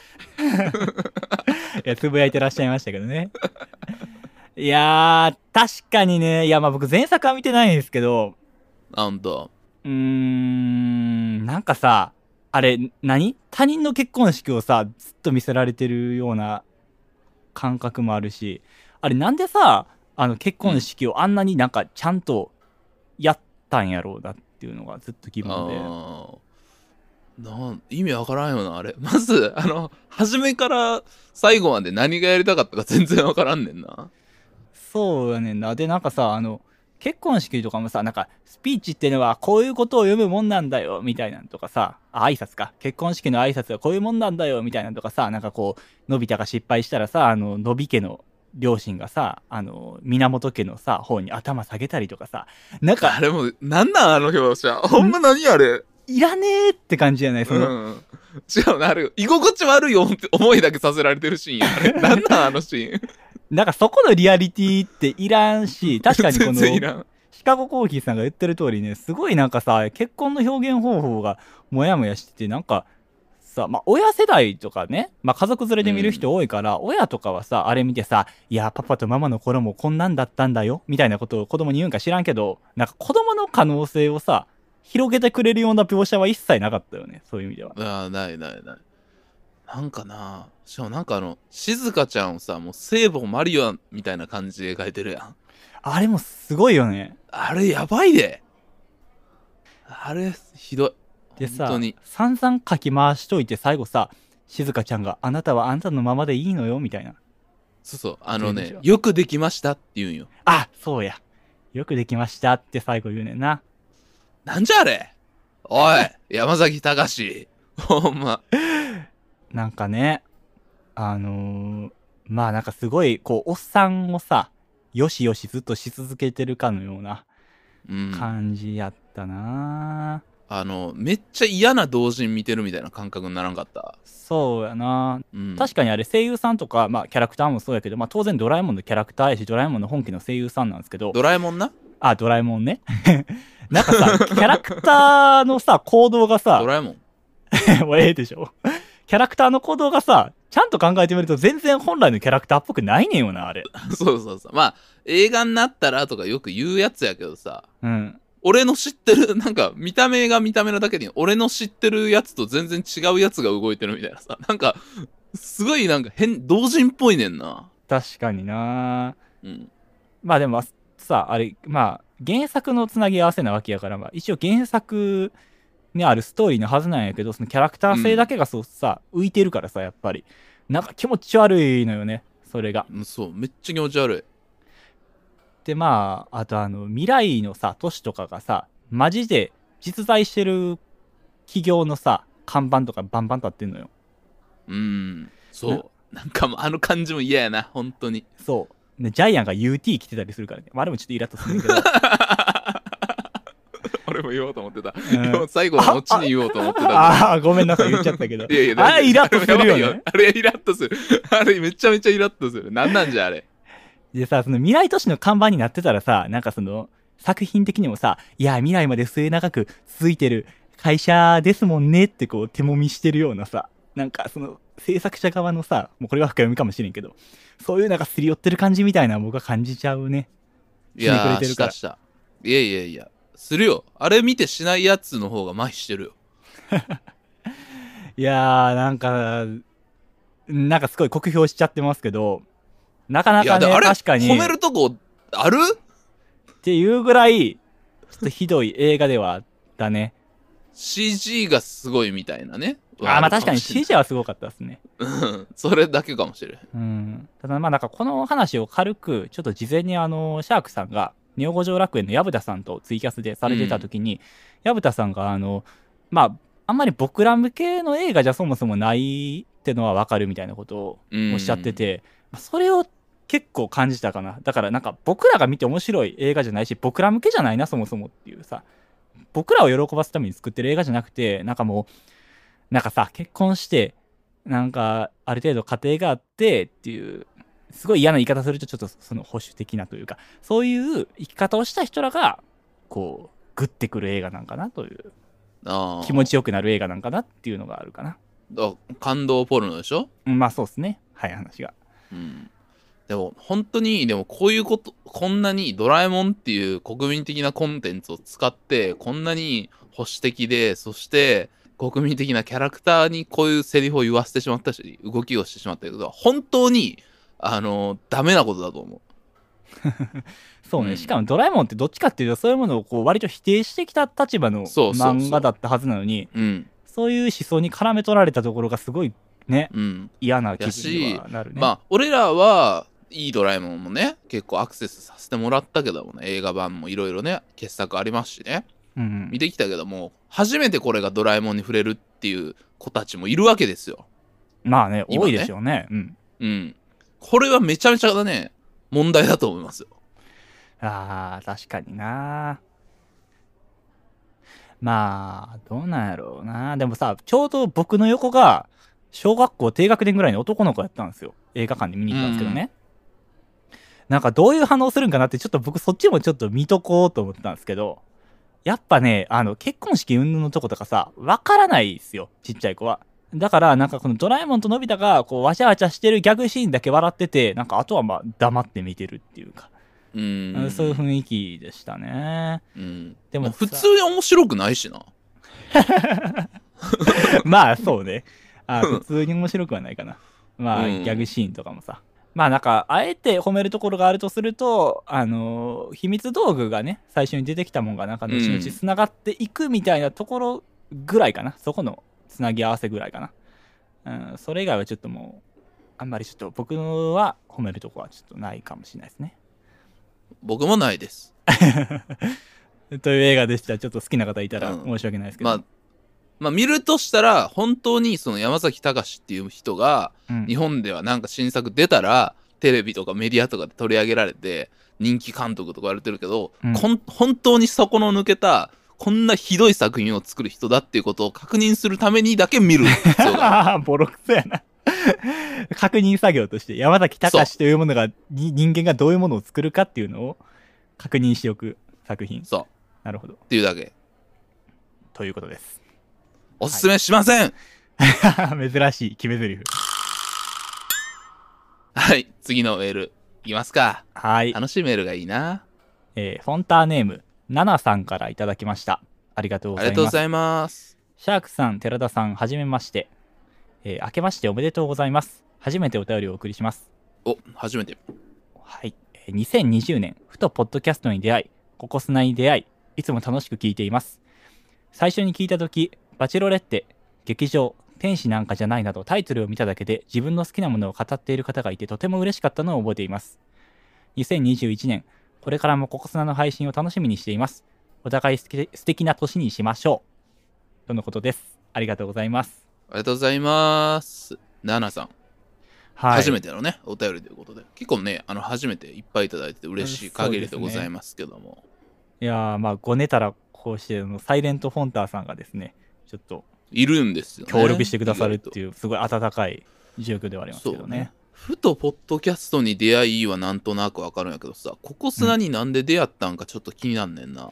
いや、つぶやいてらっしゃいましたけどね。 いやー、確かにね、いや、まあ僕前作は見てないんですけど、
あんた
うーん、なんかさ、あれ、何他人の結婚式をさ、ずっと見せられてるような感覚もあるし、あれなんでさ、あの結婚式をあんなになんかちゃんとやったんやろうなっていうのがずっと疑問で。
あーなん意味わからんよなあれ まずあの初めから最後まで何がやりたかったか全然わからんねんな
そうやねんな。で、なんかさ、あの、結婚式とかもさ、なんか、スピーチってのはこういうことを読むもんなんだよ、みたいなんとかさ、あ、挨拶か。結婚式の挨拶はこういうもんなんだよ、みたいなんとかさ、なんかこう、のび太が失敗したらさ、あの、のび家の両親がさ、あの、源家のさ、方に頭下げたりとかさ、なん
あ
か、
れもなんなんあの表紙はほんま何あれ
いらねえって感じじゃないその、
うん違うなあれ居心地悪い思思いだけさせられてるシーンやあ れなんなんあのシーン
なんかそこのリアリティっていらんし、確かにこ
全然い
の、
らん
シカゴコーヒーさんが言ってる通りね、すごいなんかさ、結婚の表現方法がモヤモヤしてて、なんかさ、まあ、親世代とかね、まあ、家族連れで見る人多いから、親とかはさ、あれ見てさ、いや、パパとママの頃もこんなんだったんだよ、みたいなことを子供に言うんか知らんけど、なんか子供の可能性をさ、広げてくれるような描写は一切なかったよね、そういう意味では。
あーないないないなんかなしかもなんかあの静香ちゃんをさもう聖母マリアみたいな感じで描いてるやん
あれもすごいよね。
あれやばいであれひどい
でさ
本当に
散々書き回しといて最後さ静香ちゃんが「あなたはあんたのままでいいのよ」みたいな
そうそう、あの
全
ね
然、
よくできましたって言うんよ。
「あそうやよくできました」って最後言うねんな
なんじゃあれお い、山崎隆。ほんま。
なんかねあのーまあなんかすごいこうおっさんをさよしよしずっとし続けてるかのような
うん。
感じやったな、
あの、めっちゃ嫌な同人見てるみたいな感覚にならんかった。
そうやな
うん。
確かにあれ声優さんとか、まあ、キャラクターもそうやけど、まあ、当然ドラえもんのキャラクターやしドラえもんの本家の声優さんなんですけど
ドラえもんな
あドラえもんね なんかさキャラクターのさ行動がさ
ドラえもん。
もうええでしょキャラクターの行動がさちゃんと考えてみると全然本来のキャラクターっぽくないねんよなあれ
そうそうそう。まあ、映画になったらとかよく言うやつやけどさ、
うん
俺の知ってる、なんか見た目が見た目なだけに、俺の知ってるやつと全然違うやつが動いてるみたいなさ、 なんか、すごいなんか変、同人っぽいねんな。
確かにな
うん。
まあでもさあれまあ原作のつなぎ合わせなわけやから、まあ、一応原作にあるストーリーのはずなんやけどそのキャラクター性だけがそうさ、浮いてるからさやっぱりなんか気持ち悪いのよねそれが
うんそう、めっちゃ気持ち悪い。
でまああとあの未来のさ都市とかがさマジで実在してる企業のさ看板とかバンバン立ってんのよ
うん。そう。なんかもうあの感じも嫌やな、本当に。
そうでジャイアンが UT 着てたりするからねまああれもちょっとイラッとするんだけど
俺も言おうと思ってた。
うん
でも最後のオチに言おうと思ってたんだ
ああごめんなさい言っちゃったけど
いやいや、
あれイラッとするよ
やばい
ね
あれイラッとする。あれめちゃめちゃイラッとする。なんなんじゃあれ。
でさ、その未来都市の看板になってたらさ、なんかその、作品的にもさ、いや、未来まで末永く続いてる会社ですもんねってこう、手もみしてるようなさ、なんかその、制作者側のさ、もうこれは深読みかもしれんけど、そういうなんかすり寄ってる感じみたいなのは僕は感じちゃうね。
いや
ひね
ー
くれてるから
したしたいやいやいや。するよ。あれ見てしないやつの方が麻痺してるよ。
いやー、なんか、なんかすごい酷評しちゃってますけど、なかない
や、
か
で
ね、
あれ
確かに、
褒めるとこある
っていうぐらい、ちょっとひどい映画ではあったね。
?CG がすごいみたいなね。
あー、まあ確か
るも
に
し
CG はすごかったですね。
れないうんそれだけかもしれん。
うん、ただまあなんかこの話を軽くちょっと事前にあのシャークさんがネオ五条楽園の薮田さんとツイキャスでされてた時に薮田さんがあのまああんまり僕ら向けの映画じゃそもそもないってのはわかるみたいなことを
うん
おっしゃって。て、まあそれを結構感じたかなだからなんか僕らが見て面白い映画じゃないし僕ら向けじゃないなそもそもっていうさ僕らを喜ばすために作ってる映画じゃなくてなんかもうなんかさ結婚してなんかある程度家庭があってっていうすごい嫌な言い方するとちょっとその保守的なというかそういう生き方をした人らがこうグッてくる映画なんかなという
あー
気持ちよくなる映画なんかなっていうのがあるかな
あ感動ポルノでしょ
うんまあそうですねはい話が
うん。でも本当に、でもこういうこと、こんなにドラえもんっていう国民的なコンテンツを使って、こんなに保守的で、そして国民的なキャラクターにこういうセリフを言わせてしまったし、動きをしてしまったけど、本当に、あの、ダメなことだと思う。
そう
う
ね、
ん
しかもドラえもんってどっちかっていうとそういうものをこう割と否定してきた立場の
そうそうそう
漫画だったはずなのに
うん。
そういう思想に絡め取られたところがすごいね
うん。
嫌な気分にはなるね
まあ、俺らは、いいドラえもんもね、結構アクセスさせてもらったけどもね、映画版もいろいろね、傑作ありますしね。
うん
見てきたけども初めてこれがドラえもんに触れるっていう子たちもいるわけですよ。
まあね
今
多
ね
いでしょうねうん
うん。これはめちゃめちゃね、問題だと思いますよ。
あー確かになまあどうなんやろうなでもさちょうど僕の横が小学校低学年ぐらいの男の子やったんですよ映画館で見に行ったんですけどね、なんかどういう反応するんかなってちょっと僕そっちもちょっと見とこうと思ってたんですけどやっぱねあの結婚式云々のとことかさわからないですよちっちゃい子はだからなんかこのドラえもんとのび太がこうわちゃわちゃしてるギャグシーンだけ笑っててなんかあとはまあ黙って見てるっていうか
う
うん
ん。
そういう雰囲気でしたね。
うん。
でも
まあ
さ
普通に面白くないしな。
まあそうね。あ
うん
普通に面白くはないかな。まあ、
うん
ギャグシーンとかもさ。まあなんか、あえて褒めるところがあるとすると、あのー秘密道具がね、最初に出てきたもんがなんか後々
うん
繋がっていくみたいなところぐらいかな。そこのつなぎ合わせぐらいかな。うん、それ以外はちょっともう、あんまりちょっと僕のは褒めるとこはちょっとないかもしれないですね。
僕もないです。
という映画でした。ちょっと好きな方いたら
うん
申し訳ないですけど。
まあ、まあ、見るとしたら、本当にその山崎隆っていう人が、
うん
日本ではなんか新作出たら、テレビとかメディアとかで取り上げられて、人気監督とか言われてるけど、
うん
こん本当に底の抜けた、こんなひどい作品を作る人だっていうことを確認するためにだけ見 る必要がある。
ああ、ボロクソやな。確認作業として、山崎隆というものが、に人間がどういうものを作るかっていうのを確認しておく作品。
そう。
なるほど。
っていうだけ。
ということです。
おすすめしません、はい、
珍しい決め台詞。
次のメール、いきますか。
はい。
楽しいメールがいいな。
えーフォンターネーム、ナナさんからいただきました。ありがとうご
あ
ざ
り
い
がとうご
ます。
ざいます。
シャークさん、寺田さん、はじめまして。えー明けましておめでとうございます。初めてお便りをお送りします。
お、初めて。
はい。えー2020年、ふとポッドキャストに出会い、ここ砂に出会い、いつも楽しく聞いています。最初に聞いたとき、バチェロレッテ、劇場、天使なんかじゃないなどタイトルを見ただけで自分の好きなものを語っている方がいてとても嬉しかったのを覚えています。2021年、これからもここ砂の配信を楽しみにしています。お互い素敵素敵な年にしましょう。とのことです。ありがとうございます。
ありがとうございます。ナナさん。
はい。
初めてのね、お便りということで、結構ね、あの初めていっぱいいただいてて嬉しい限りでございますけども、
いやー、まあ、ごねたらこうして、あのサイレントフォンターさんがですね、ちょっと
いるんですよね。
協力してくださるって
う。
いう、すごい温かい状況ではありますけ
そ
ど
うね
ね。。
ふとポッドキャストに出会いはなんとなくわかるんやけどさ、ここ砂になんで出会ったんかちょっと気になんねんな。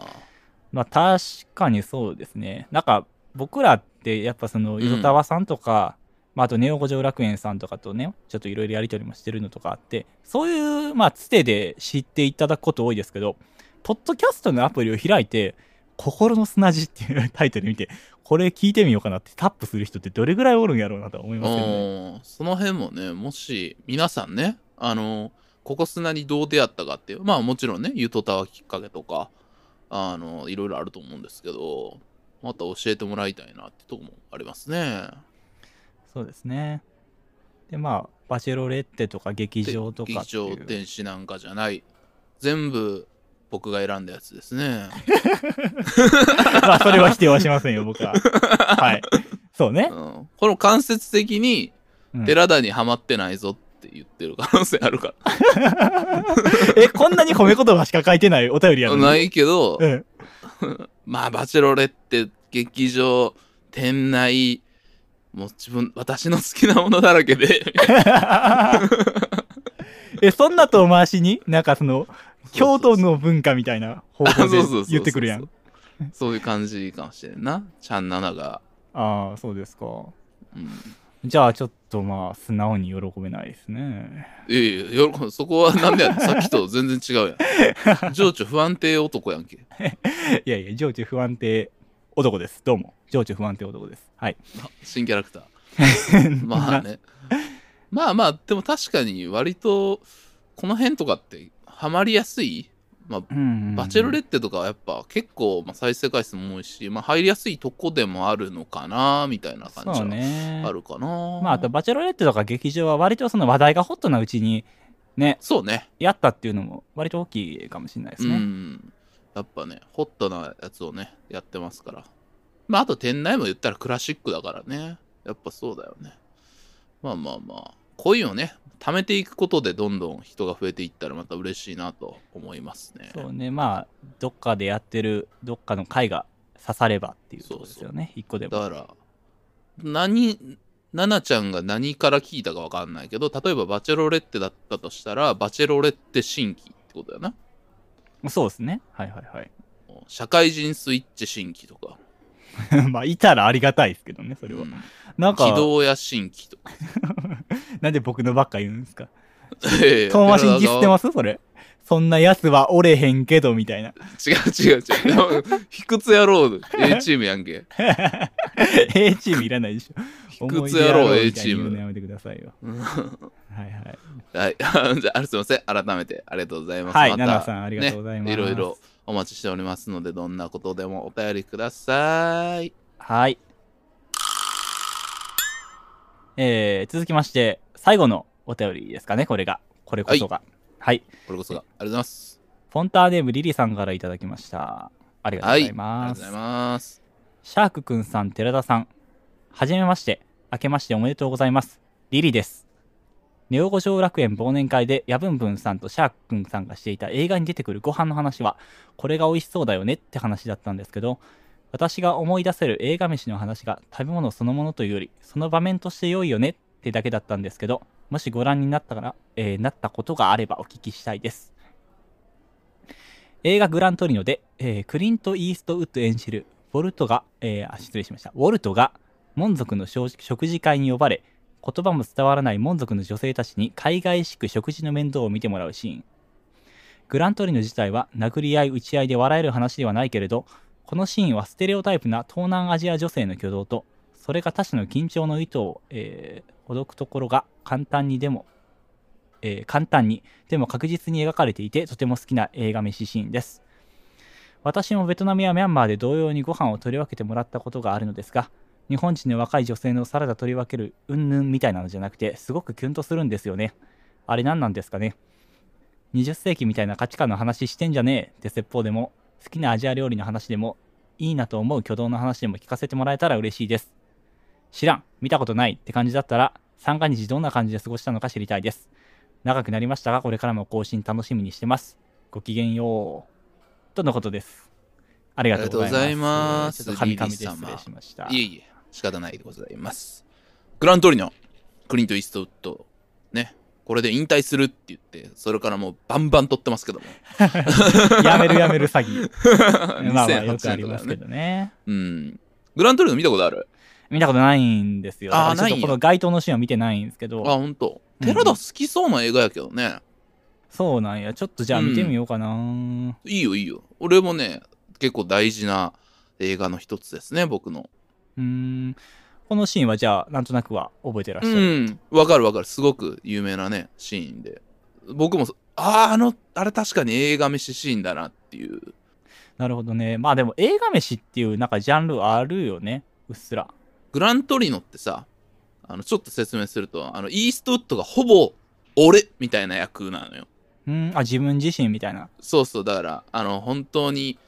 まあ、確かにそうですね。なんか、僕らって、やっぱその、
ん
ゆとたわさんとか、まあ、あと、ネオ五条楽園さんとかとね、ちょっといろいろやりとりもしてるのとかあって、そういう、まあ、つてで知っていただくこと多いですけど、ポッドキャストのアプリを開いて、心の砂地っていうタイトル見て、これ聞いてみようかなってタップする人ってどれぐらいおるんやろうなとは思いうますけどね。
ん、その辺もね、もし皆さんね、あの、ここ砂にどう出会ったかっていう、まあもちろんね、ゆとたわきっかけとか、あの、いろいろあると思うんですけど、また教えてもらいたいなってとこもありますね。
そうですね。で、まあ、バチェロレッテとか劇場とか
劇
っていう。
場天使なんかじゃない全部僕が選んだやつですね
まあ、それは否定はしませんよ、 僕は。はい。そうね
う。んこの間接的に
うん
寺田にはまってないぞって言ってる可能性あるか
え、こんなに褒め言葉しか書いてないお便りや
ら
の。
ないいけど
うん。
まあバチェロレって劇場店内もう自分私の好きなものだらけで
え、そんな遠回しに、なんかその、京都の文化みたいな 方
あそうそ
法
う
で
そうそう
言ってくるやん。
そういう感じかもしれんなちゃんななが、
ああ、そうですか。
うん、
じゃあ、ちょっとまあ、素直に喜べないですね。
いやいや喜んそこはなんでやねんさっきと全然違うやん 情緒不安定男やんけ
いやいや、情緒不安定男です。どうも。情緒不安定男です。はい。
新キャラクタ ーまあねまあまあでも確かに割とこの辺とかってハマりやすい、まあ、
うん
バチェロレ
ッ
ッテとかはやっぱ結構まあ再生回数も多いし、まあ、入りやすいとこでもあるのかなみたいな
テ
感
そ
じは
うね。
あるかな、
まあ、あと、バチェロレッテとか劇場は割とその話題がホットなうちに、ね、
そうね
やったっていうのも割と大きいかもしれないです
う
ね。
んやっぱねホットなやつをねやってますからまああと店内も言ったらクラシックだからねやっぱそうだよねまあまあまあ恋をね貯めていくことでどんどん人が増えていったらまた嬉しいなと思いますね
そうね、まあ、どっかでやってる、どっかの回が刺さればっていうところですよね、一個で
だか
も。
ら何ナナちゃんが何から聞いたかわかんないけど例えばバチェロレッテだったとしたらバチェロレッテ新規ってことだよな
そうですね。はいはい
社会人スイッチ新規とか
はい。 まあ、いたらありがたいですけどね、それは。
うん
なん
軌
か、
道や新規とか
なんで僕のばっか言うんですか。
ええ
遠回しにディスってますそれ。そんな奴はおれへんけど、みたいな。
違う違う違うでも。卑屈野郎、A チームやんけ。
A チームいらないでしょ。
卑屈野郎
思い出
A チーム
みたいに言うのやめてくださいよ。
うん
はいはい。
はい。じゃあ、すいません。改めてありがとうございます。
はい
また
ナナさんありがとうございます
ねいろいろお待ちしておりますので、どんなことでもお便りください。
ははい。えー、続きまして、最後のお便りですかね、これが。これこそが。はい。
これこそが。ありがとうございます。
フォンターネームリリさんからいただきました。ありがとうござい
あり
ま
がと
す。
うございます。
シャークくんさん、寺田さん。はじめまして。明けましておめでとうございます。リリです。ネオ五条楽園忘年会でヤブンブンさんとシャークくんさんがしていた映画に出てくるご飯の話は、これが美味しそうだよねって話だったんですけど、私が思い出せる映画飯の話が食べ物そのものというより、その場面として良いよねってだけだったんですけど、もしご覧になったから、えーなったことがあればお聞きしたいです。映画グラントリノで、えークリント・イーストウッド演じるウォルトが、えーあ失礼しました。ウォルトが、門族の食食事会に呼ばれ、言葉も伝わらない門族の女性たちに海外しく食事の面倒を見てもらうシーン。グラントリノ自体は殴り合い打ち合いで笑える話ではないけれど、このシーンはステレオタイプな東南アジア女性の挙動と、それが他者の緊張の糸を、えーほどくところが簡単にでも、えー簡単にでも確実に描かれていてとても好きな映画飯シーンです私もベトナムやミャンマーで同様にご飯を取り分けてもらったことがあるのですが日本人の若い女性のサラダ取り分けるうんぬんみたいなのじゃなくてすごくキュンとするんですよねあれ何なんですかね20世紀みたいな価値観の話してんじゃねえって説法でも好きなアジア料理の話でもいいなと思う挙動の話でも聞かせてもらえたら嬉しいです知らん見たことないって感じだったら三が日どんな感じで過ごしたのか知りたいです長くなりましたが、これからも更新楽しみにしてます。ごきげんよう。とのことです。ありがとうございます。
ありがとうございます
ちょっと
リリー
神々で失
様
礼しました。
いえいえ、仕方ないでございます。グラントリノ、クリント・イーストウッド、ね、これで引退するって言って、それからもうバンバン撮ってますけど も。
やめるやめる 詐欺。まあまあ
2008
よくありますけどね。
うん。グラントリノ見たことある
見たことないんですよ。
あー
だからちょっとこの街頭のシーンは見てないんですけ
あ、
ど、
ほんと。
うん
寺田好きそうな映画やけどね。
そうなんや。ちょっとじゃあ見てみようかな。
いいよいいよ。俺もね、結構大事な映画の一つですね、僕の。
うん。このシーンはじゃあ、なんとなくは覚えてらっしゃ
う
る。
ん。わかるわかる。すごく有名なね、シーンで。僕もそ、ああ、あの、あれ確かに映画飯シーンだなっていう。
なるほどね。まあでも映画飯っていうなんかジャンルあるよね。うっすら。
グラントリノってさ、あの、ちょっと説明すると、あの、イーストウッドがほぼ、俺みたいな役なのよ。
うん。あ、自分自身みたいな。
そうそう、だから、あの、本当に、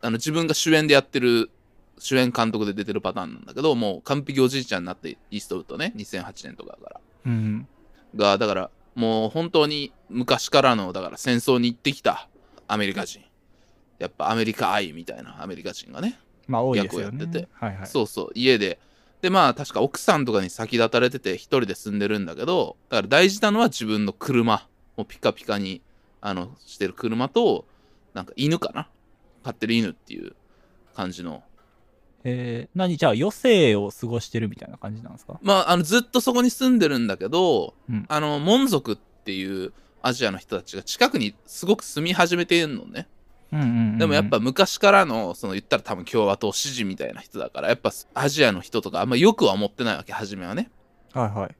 あの、自分が主演でやってる、主演監督で出てるパターンなんだけど、もう完璧おじいちゃんになって、イーストウッドね、2008年とかだから。
うん。
が、だから、もう本当に昔からの、だから戦争に行ってきたアメリカ人。やっぱアメリカ愛みたいなアメリカ人がね、
まあ多いですよ
役
ね。
をやってて
はいはい。
そうそう家ででまあ確か奥さんとかに先立たれてて一人で住んでるんだけどだから大事なのは自分の車もうピカピカにあのしてる車となんか犬かな飼ってる犬っていう感じの
えー、何じゃあ余生を過ごしてるみたいな感じなんですか
まああのずっとそこに住んでるんだけど、
うん
あのモン族っていうアジアの人たちが近くにすごく住み始めてるのね
うんうんうんうん
でもやっぱ昔からのその言ったら多分共和党支持みたいな人だからやっぱアジアの人とかあんまよくは思ってないわけ初めはね
はいはい。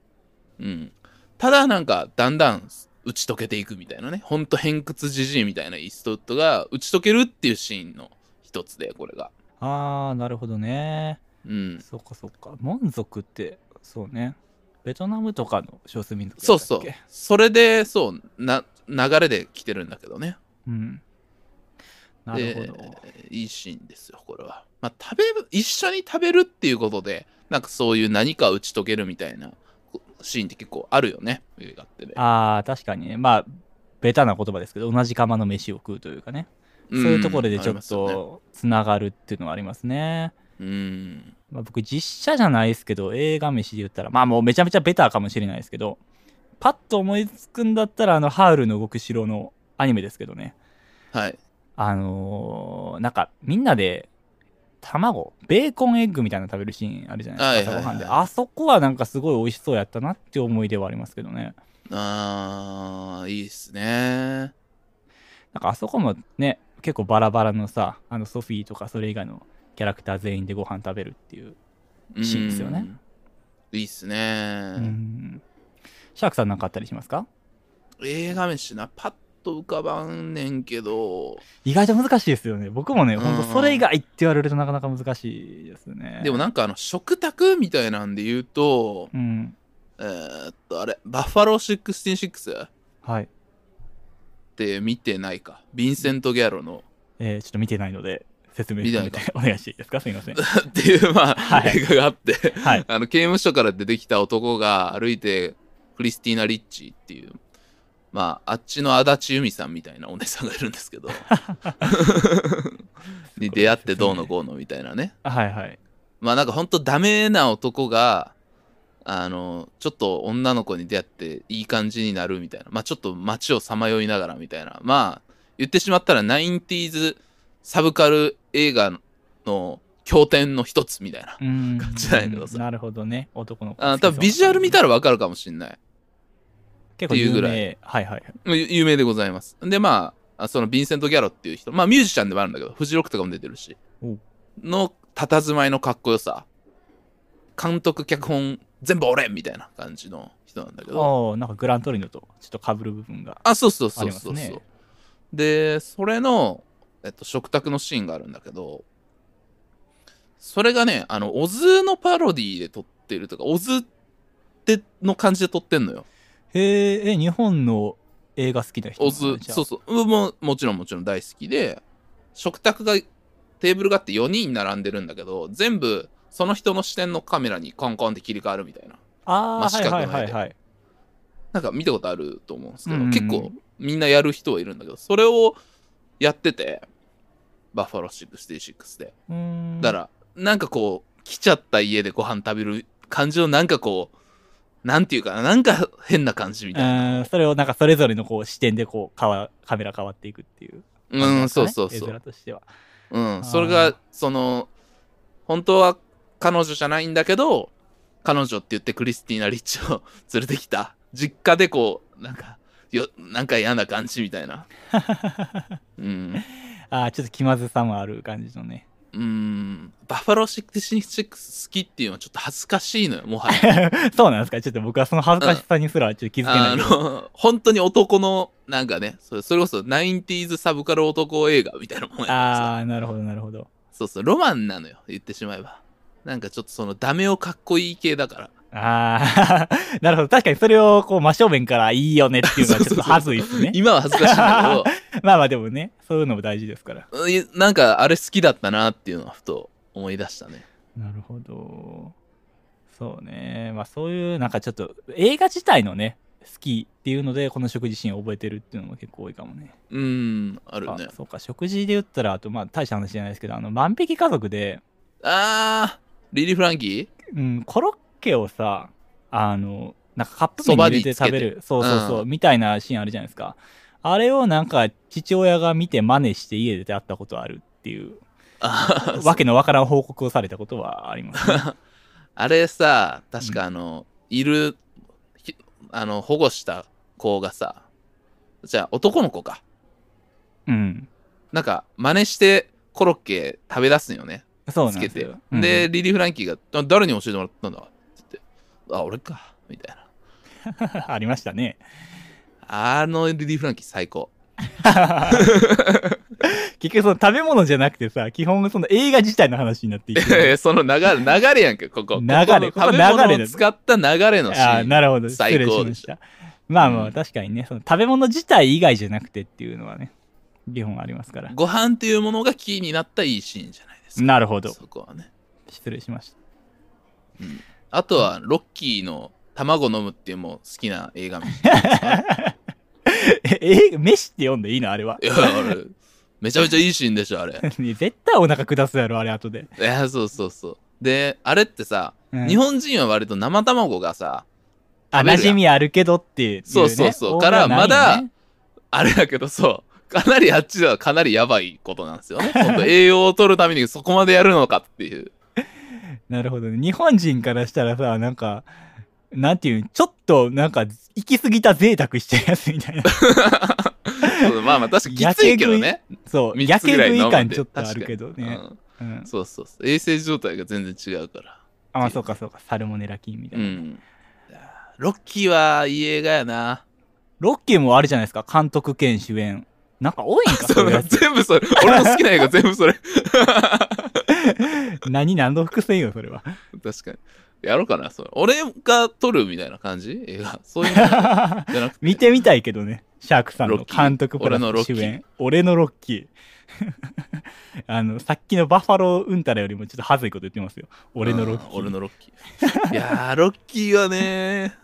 うん。ただなんか、だんだん打ち解けていくみたいなね。ほんと偏屈じじいみたいなイーストウッドが打ち解けるっていうシーンの一つで、これが。
あー、なるほどね。
うん。
そっかそっか。満足って、そうね。ベトナムとかの少数民族だった
そ
っ
う
け
そう。それで、そう、な、流れで来てるんだけどね。
うん。なるほど。
でいいシーンですよ、これは。まあ、食べる、一緒に食べるっていうことで、なんかそういう何か打ち解けるみたいなこシーンって結構あるよね、映画ってね。
あー、確かにね。まあ、ベタな言葉ですけど、同じ釜の飯を食うというかね。
ん
そういうところでちょ
ありま
っ
すよね
と、つながるっていうのはありますね。
うん。
まあ、僕実写じゃないですけど映画飯で言ったらまあもうめちゃめちゃベターかもしれないですけどパッと思いつくんだったらあの「ハウルの動く城」のアニメですけどね
はい。
あのーなんかみんなで卵ベーコンエッグみたいなの食べるシーンあるじゃないですか
はいはいはい
朝ごはんであそこはなんかすごい美味しそうやったなって思い出はありますけどね
あー、いいっすね。
なんかあそこもね結構バラバラのさあのソフィーとかそれ以外のキャラクター全員でご飯食べるっていうシーンですよね
うん。いいっすね、
うんシャークさんなんかあったりしますか
映画飯な、パッと浮かばんねんけど、
意外と難しいですよね。僕もね、
うん
ほんとそれ以外って言われるとなかなか難しいですね。
でもなんかあの、食卓みたいなんで言うと、
うん。
えーっと、あれ、バッファロー66っ
はい。
て見てないか。ヴィンセント・ギャロの
えーちょっと見てないので、説明
見て
して
な
み
いか
て お願いしていいですかすみ ません。
っていう、まあ、
はい
映画があって、
はい。
あの、刑務所から出てきた男が歩いて、クリスティーナ・リッチーっていう、まあ、あっちの足立由美さんみたいなお姉さんがいるんですけ ど、に出会ってどうのこうのみたいなね。
はいはい。
まあなんかほんとダメな男が、あの、ちょっと女の子に出会っていい感じになるみたいな。まあちょっと街をさまよいながらみたいな。まあ言ってしまったら 90s サブカル映画の経典の一つみたいな。
うん。
じゃないけどさ
なるほどね。男の子。
あ多分ビジュアル見たらわかるかもしんない。
結構
っていう
有名
ぐら
はいはい。
ゆ有名でございます。で、まあ、あそのヴィンセント・ギャロっていう人、まあミュージシャンでもあるんだけど、フジロックとかも出てるし
お、
の佇まいのかっこよさ、監督、脚本、全部俺みたいな感じの人なんだけど、
おーなんかグラントリノとちょっと被る部分が。
あ、そうそうそう
あ
そうそう、
りますね
で、それの、えっと、食卓のシーンがあるんだけど、それがね、あの、オズのパロディで撮ってるとか、オズっての感じで撮ってんのよ。
へえ、え、日本の映画好きな人
オ
なのね
ズ、
じゃあ
そうそう、うんもうもちろんもちろん大好きで、食卓が、テーブルがあって4人並んでるんだけど、全部、その人の視点のカメラにコンコンって切り替わるみたいな。
ああ、
真
は
四角
い
の
は
絵
い
で
はいはい。
なんか見たことあると思うんですけど、
うんうん
結構みんなやる人はいるんだけど、それをやってて、バッファロー66で。
うーん。
だから、なんかこう、来ちゃった家でご飯食べる感じのなんかこう、なんていうかな、なんか変な感じみたいな。
うん、それをなんかそれぞれのこう視点でこうかわカメラ変わっていくっていう、
うん、そう
ね
そう
絵
そ
面
う。
としては
うん、それが、その、本当は彼女じゃないんだけど、彼女って言ってクリスティーナ・リッチを 連れてきた。実家でこう、なんか、よ、なんか嫌な感じみたい な。うん。
あーちょっと気まずさもある感じのね
うーん、バッファロー66好きっていうのはちょっと恥ずかしいのよ、もはや。
そうなんですかちょっと僕はその恥ずかしさにすらちょっと気づけな
あ
いけど、
の、本当に男の、なんかね、それそれこそ 90s サブカル男映画みたいなもんやからさ
ああーなるほどなるほど
そうそう、ロマンなのよ、言ってしまえば。なんかちょっとそのダメをかっこいい系だから。
ああ なるほど確かにそれをこう真正面からいいよねっていうのはちょっと恥ずいですね
今は恥ずかしいんだ
まあまあでもねそういうのも大事ですから
け どうん、なんかあれ好きだったなっていうのはふと思い出したね。
なるほどそうねまあそういうなんかちょっと映画自体のね好きっていうのでこの食事シーンを覚えてるっていうのも結構多いかもね
うーん、あるね
あ。そうか食事で言ったらあとまあ大した話じゃないですけどあの万引き家族で、
あー、リリー・フランキ
うん、コロッケをさあのなんかカップ麺に入れて
そば
食
につけ
べ
て
るそうそうそう、
う
みたいなシーンあるじゃないですかあれをなんか父親が見て真似して家で会ったことあるっていう
ーあー
わけのわからん報告をされたことはありま す、ね、
あれさ、確かあの、いる、ひあの、保護した子がさ、じゃあ男の子か。
うん
なんか、真似してコロッケ食べ出すんよね。
そうなん
つけ
です
て。
よ、うん
で、リリー・フランキーが、あ誰に教えてもらったんだって言って、あ、俺か。みたいな。
ありましたね
あのリリー・フランキー最高。
結局その食べ物じゃなくてさ基本その映画自体の話になってい く
その流れ、流れやんけ、ここ。
流れ
ここの
ここ
食べ
流れ
物を使った流れのシ
あ
ー
あー、
ン。
なるほど。失
最
礼
高
しました。まあま
う
あ、
ん
確かにね、その食べ物自体以外じゃなくてっていうのはね、基本ありますから。
ご飯っていうものがキーになったいいシーンじゃないですか。
なるほど。
そこはね。
失礼しました。
あとは、ロッキーの卵飲むっていうもう好きな映画みたい な
え、え、飯って読んでいいのあれは。
いや、あれ、めちゃめちゃいいシーンでしょ、あれ。
ね絶対お腹下すやろ、あれ後で。
いや、そうそうそう。で、あれってさ、
うん
日本人は割と生卵がさ、
あ、
食べるやん
馴染みあるけどっていう、ね。
そうそうそう
オー
から
ダーないよ
まだ
ね
あれだけどそう、かなりあっちではかなりやばいことなんです よね。ほんと栄養を取るためにそこまでやるのかっていう。
なるほどね。日本人からしたらさ、なんか、なんていうのちょっと、なんか、行き過ぎた贅沢してるやつ みたいな。
そうまあまあ確かにきついけどね。
そう、
3
焼
つ
け
ぐら
食
い
い
飲むん
感
で
ちょっとあるけどね。うん
うん。そうそうそう。衛生状態が全然違うから。
あ、まあそうかそうか、サルモネラ菌みたいうな。
ん。ロッキーはいい映画やな。
ロッキーもあれじゃないですか監督兼主演なんか多いん か
そ
そういう や
う
つ
全部それ。俺の好きな映画全部それ。
何何の伏線よそれは
確かに。やろうかな、それ。俺が撮るみたいな感じ映画。そういう のじゃなくて。
見てみたいけどねシャークさん
ロ
の
ッキー
監督プラ
俺のロッ
ス
キー
主演俺のロッキー あのさっきのバッファローうんたらよりもちょっと恥ずいこと言ってますよ俺のロッキー
うん俺のロッキ ー。いやー、ロッキーはね、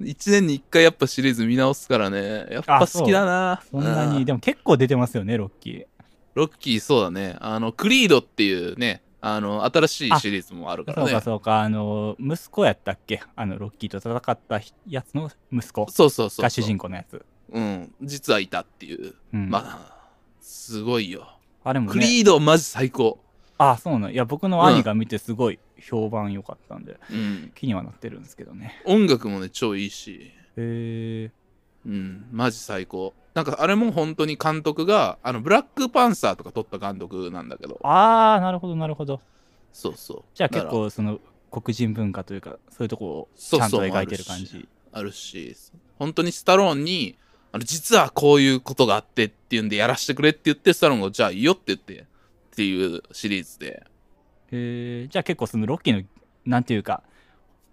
1年に1回やっぱシリーズ見直すからね。やっぱ
あ
好きだな。
そんなに
う
でも結構出てますよねロッキー
ロッキーそうだね。あの、クリードっていうね、あの、新しいシリーズもあるから
そうか
ね。
そうかあの息子やったっけあのロッキーと戦ったやつの息子
そうそうそう。
が主人公のやつ
うん。実はいたっていう。
うん
まあ、すごいよ。
あれも
ク
ね
リードマジ最高。
あそうなんいや僕の兄が見てすごい評判良かったんで
うん。
気にはなってるんですけどね
音楽もね、超いいし。
へえ
うん、マジ最高。なんかあれも本当に監督が、あの、ブラックパンサーとか撮った監督なんだけど。
ああなるほどなるほど
そうそう。
じゃあ
だ
結
から
構その黒人文化というかそういうとこを
そ
ち
う
ゃん
そ
と
う
描いてる感じ
あるし、本当にスタローンに、あの、実はこういうことがあってっていうんでやらしてくれって言って、スタローンがじゃあいいよって言って、っていうシリーズで。
へえじゃあ結構そのロッキーのなんていうか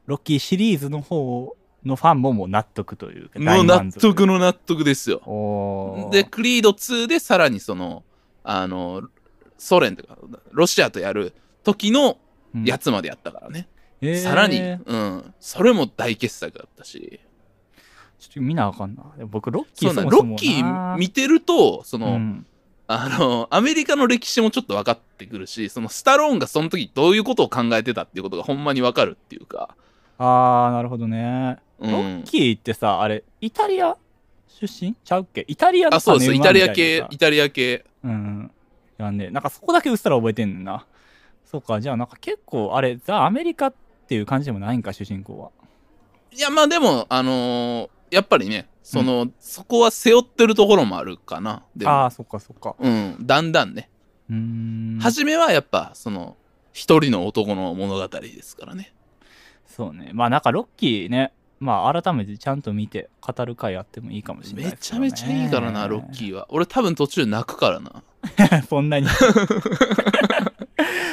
ロッキーシリーズの方のファンももう納得というか
もう
大満
納
足
得の納得ですよ。
おー
で、クリード2でさらにその、あの、ソ連とか、ロシアとやる時の
うん
やつまでやったからね。
へー
さらに、うん。それも大傑作だったし。
ちょっと見なあかんな。僕、ロッキー
そうなん
そも
ロ
そも
ッキー
見
見てると、その、
うん、
あの、アメリカの歴史もちょっと分かってくるし、そのスタローンがその時どういうことを考えてたっていうことがほんまに分かるっていうか。
あー、なるほどね。
う
ロッ
ん。
キーってさ、あれ、イタリア出身ちゃうっけイタリアの
あ、そうです。
種
イ
馬
タリア
みたい
系
なさ、
イタリア系。
うん。やんで、なんかそこだけうっすら覚えてんねんな。そうか、じゃあなんか結構、あれ、ザ・アメリカっていう感じでもないんか、主人公は。
いや、まあでも、あのーやっぱりね、その、そこは背負ってるところもあるかな。でも
あー、そっかそっか。
うん。だんだんね。
うーん。
初めはやっぱ、その、一人の男の物語ですからね。
そうね。まあなんかロッキーね、まあ改めてちゃんと見て語る回やってもいいかもしれない
め
です
ち
け
ゃ
どね、
めちゃいいからな、ロッキーは。俺多分途中泣くからな。
そんなに。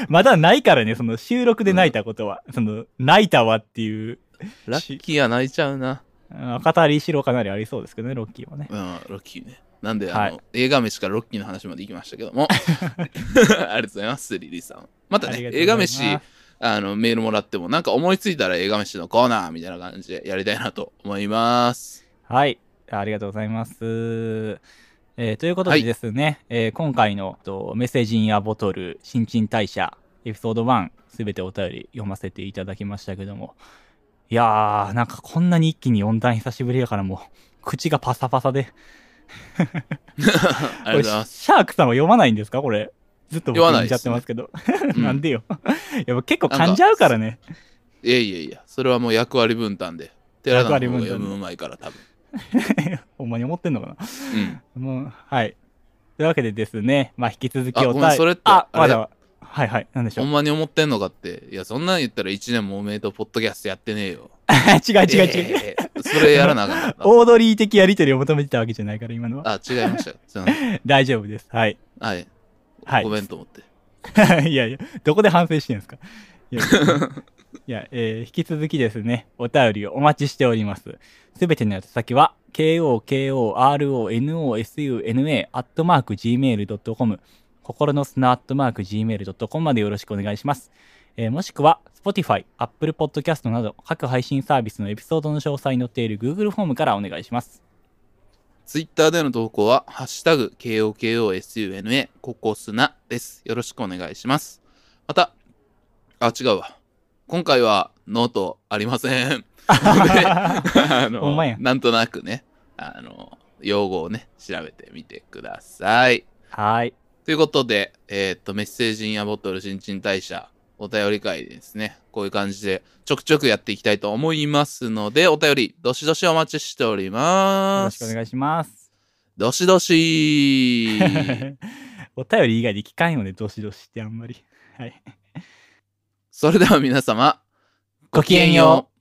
まだないからね、その収録で泣いたことは。その、泣いたわっていう、
ラッキーは泣いちゃうな。
うん語りしろかなりありそうですけどね、ロッキーはね。
うん、ロッキーね。なんで、
はい
あの映画飯からロッキーの話まで行きましたけど も。ありがとうございます、リリーさん。また
あり
ね
が、とう
映
ござ
画
います
飯、あの、メールもらっても、なんか思いついたら映画飯のコーナーみたいな感じでやりたいなと思い ます。
はい。ありがとうございます。えーということ
は
で
い
ですね、えー今回のとメッセージインアボトル、新陳代謝、エピソード1、すべてお便り読ませていただきましたけども、いやー、なんかこんなに一気に4段久しぶりやからもう、口がパサパサで、
ありがとうございます。
これシャークさんは読まないんですかこれ。ずっと僕
読まない
噛んじゃ
で
っ
す
て
ね
ますけど。
うん
なんでよ。 やっぱ結構噛んじゃうからね。
いやいやいや、それはもう役割分担で。寺田の方が
役割分
読
担で
むうまいから、多分。
ほんまに思ってんのか
うん。
な。もう、はい。というわけでですね、まあ引き続き
あ
お
ごめんそれって
あ、
あ
ま
れ
だ、はいはい、なんでしょ
ほ
う。
んまに思ってんのかって。いや、そんなん言ったら1年もおめでとう、ポッドキャストやってねえよ。
違う違う違う。
ええそれやらなあかんかった。
オードリー的やりとりを求めてたわけじゃないから、今のは。
あ、違いました。すいません
大丈夫です。はい。
はい。
はい
ご。めんと思って。
いやいや、どこで反省してるんですか。いやいや、えー引き続きですね、お便りをお待ちしております。すべての宛先は、kokorosuna.gmail.com、心の砂 .gmail.com までよろしくお願いします。えーもしくは、Spotify、Apple Podcast など、各配信サービスのエピソードの詳細に載っている Google フォームからお願いします。
ツイッターでの投稿は、ハッシュタグ、KOKOSUNA、ココスナです。よろしくお願いします。また、あ、違うわ。今回は、ノートありませ ん。 あ
ほんま
の
や
なんとなくね、あの、用語をね、調べてみてください。
はい。
ということで、えーっと、メッセージインやボトル新陳代謝、お便り会ですね。こういう感じで、ちょくちょくやっていきたいと思いますので、お便り、どしどしお待ちしており
よ
ま
ろ
す。
しくお願いします。
どしどし
お便り以外で聞かんよね、どしどしってあんまり。はい。
それでは皆様、
ご
ごきげんよう。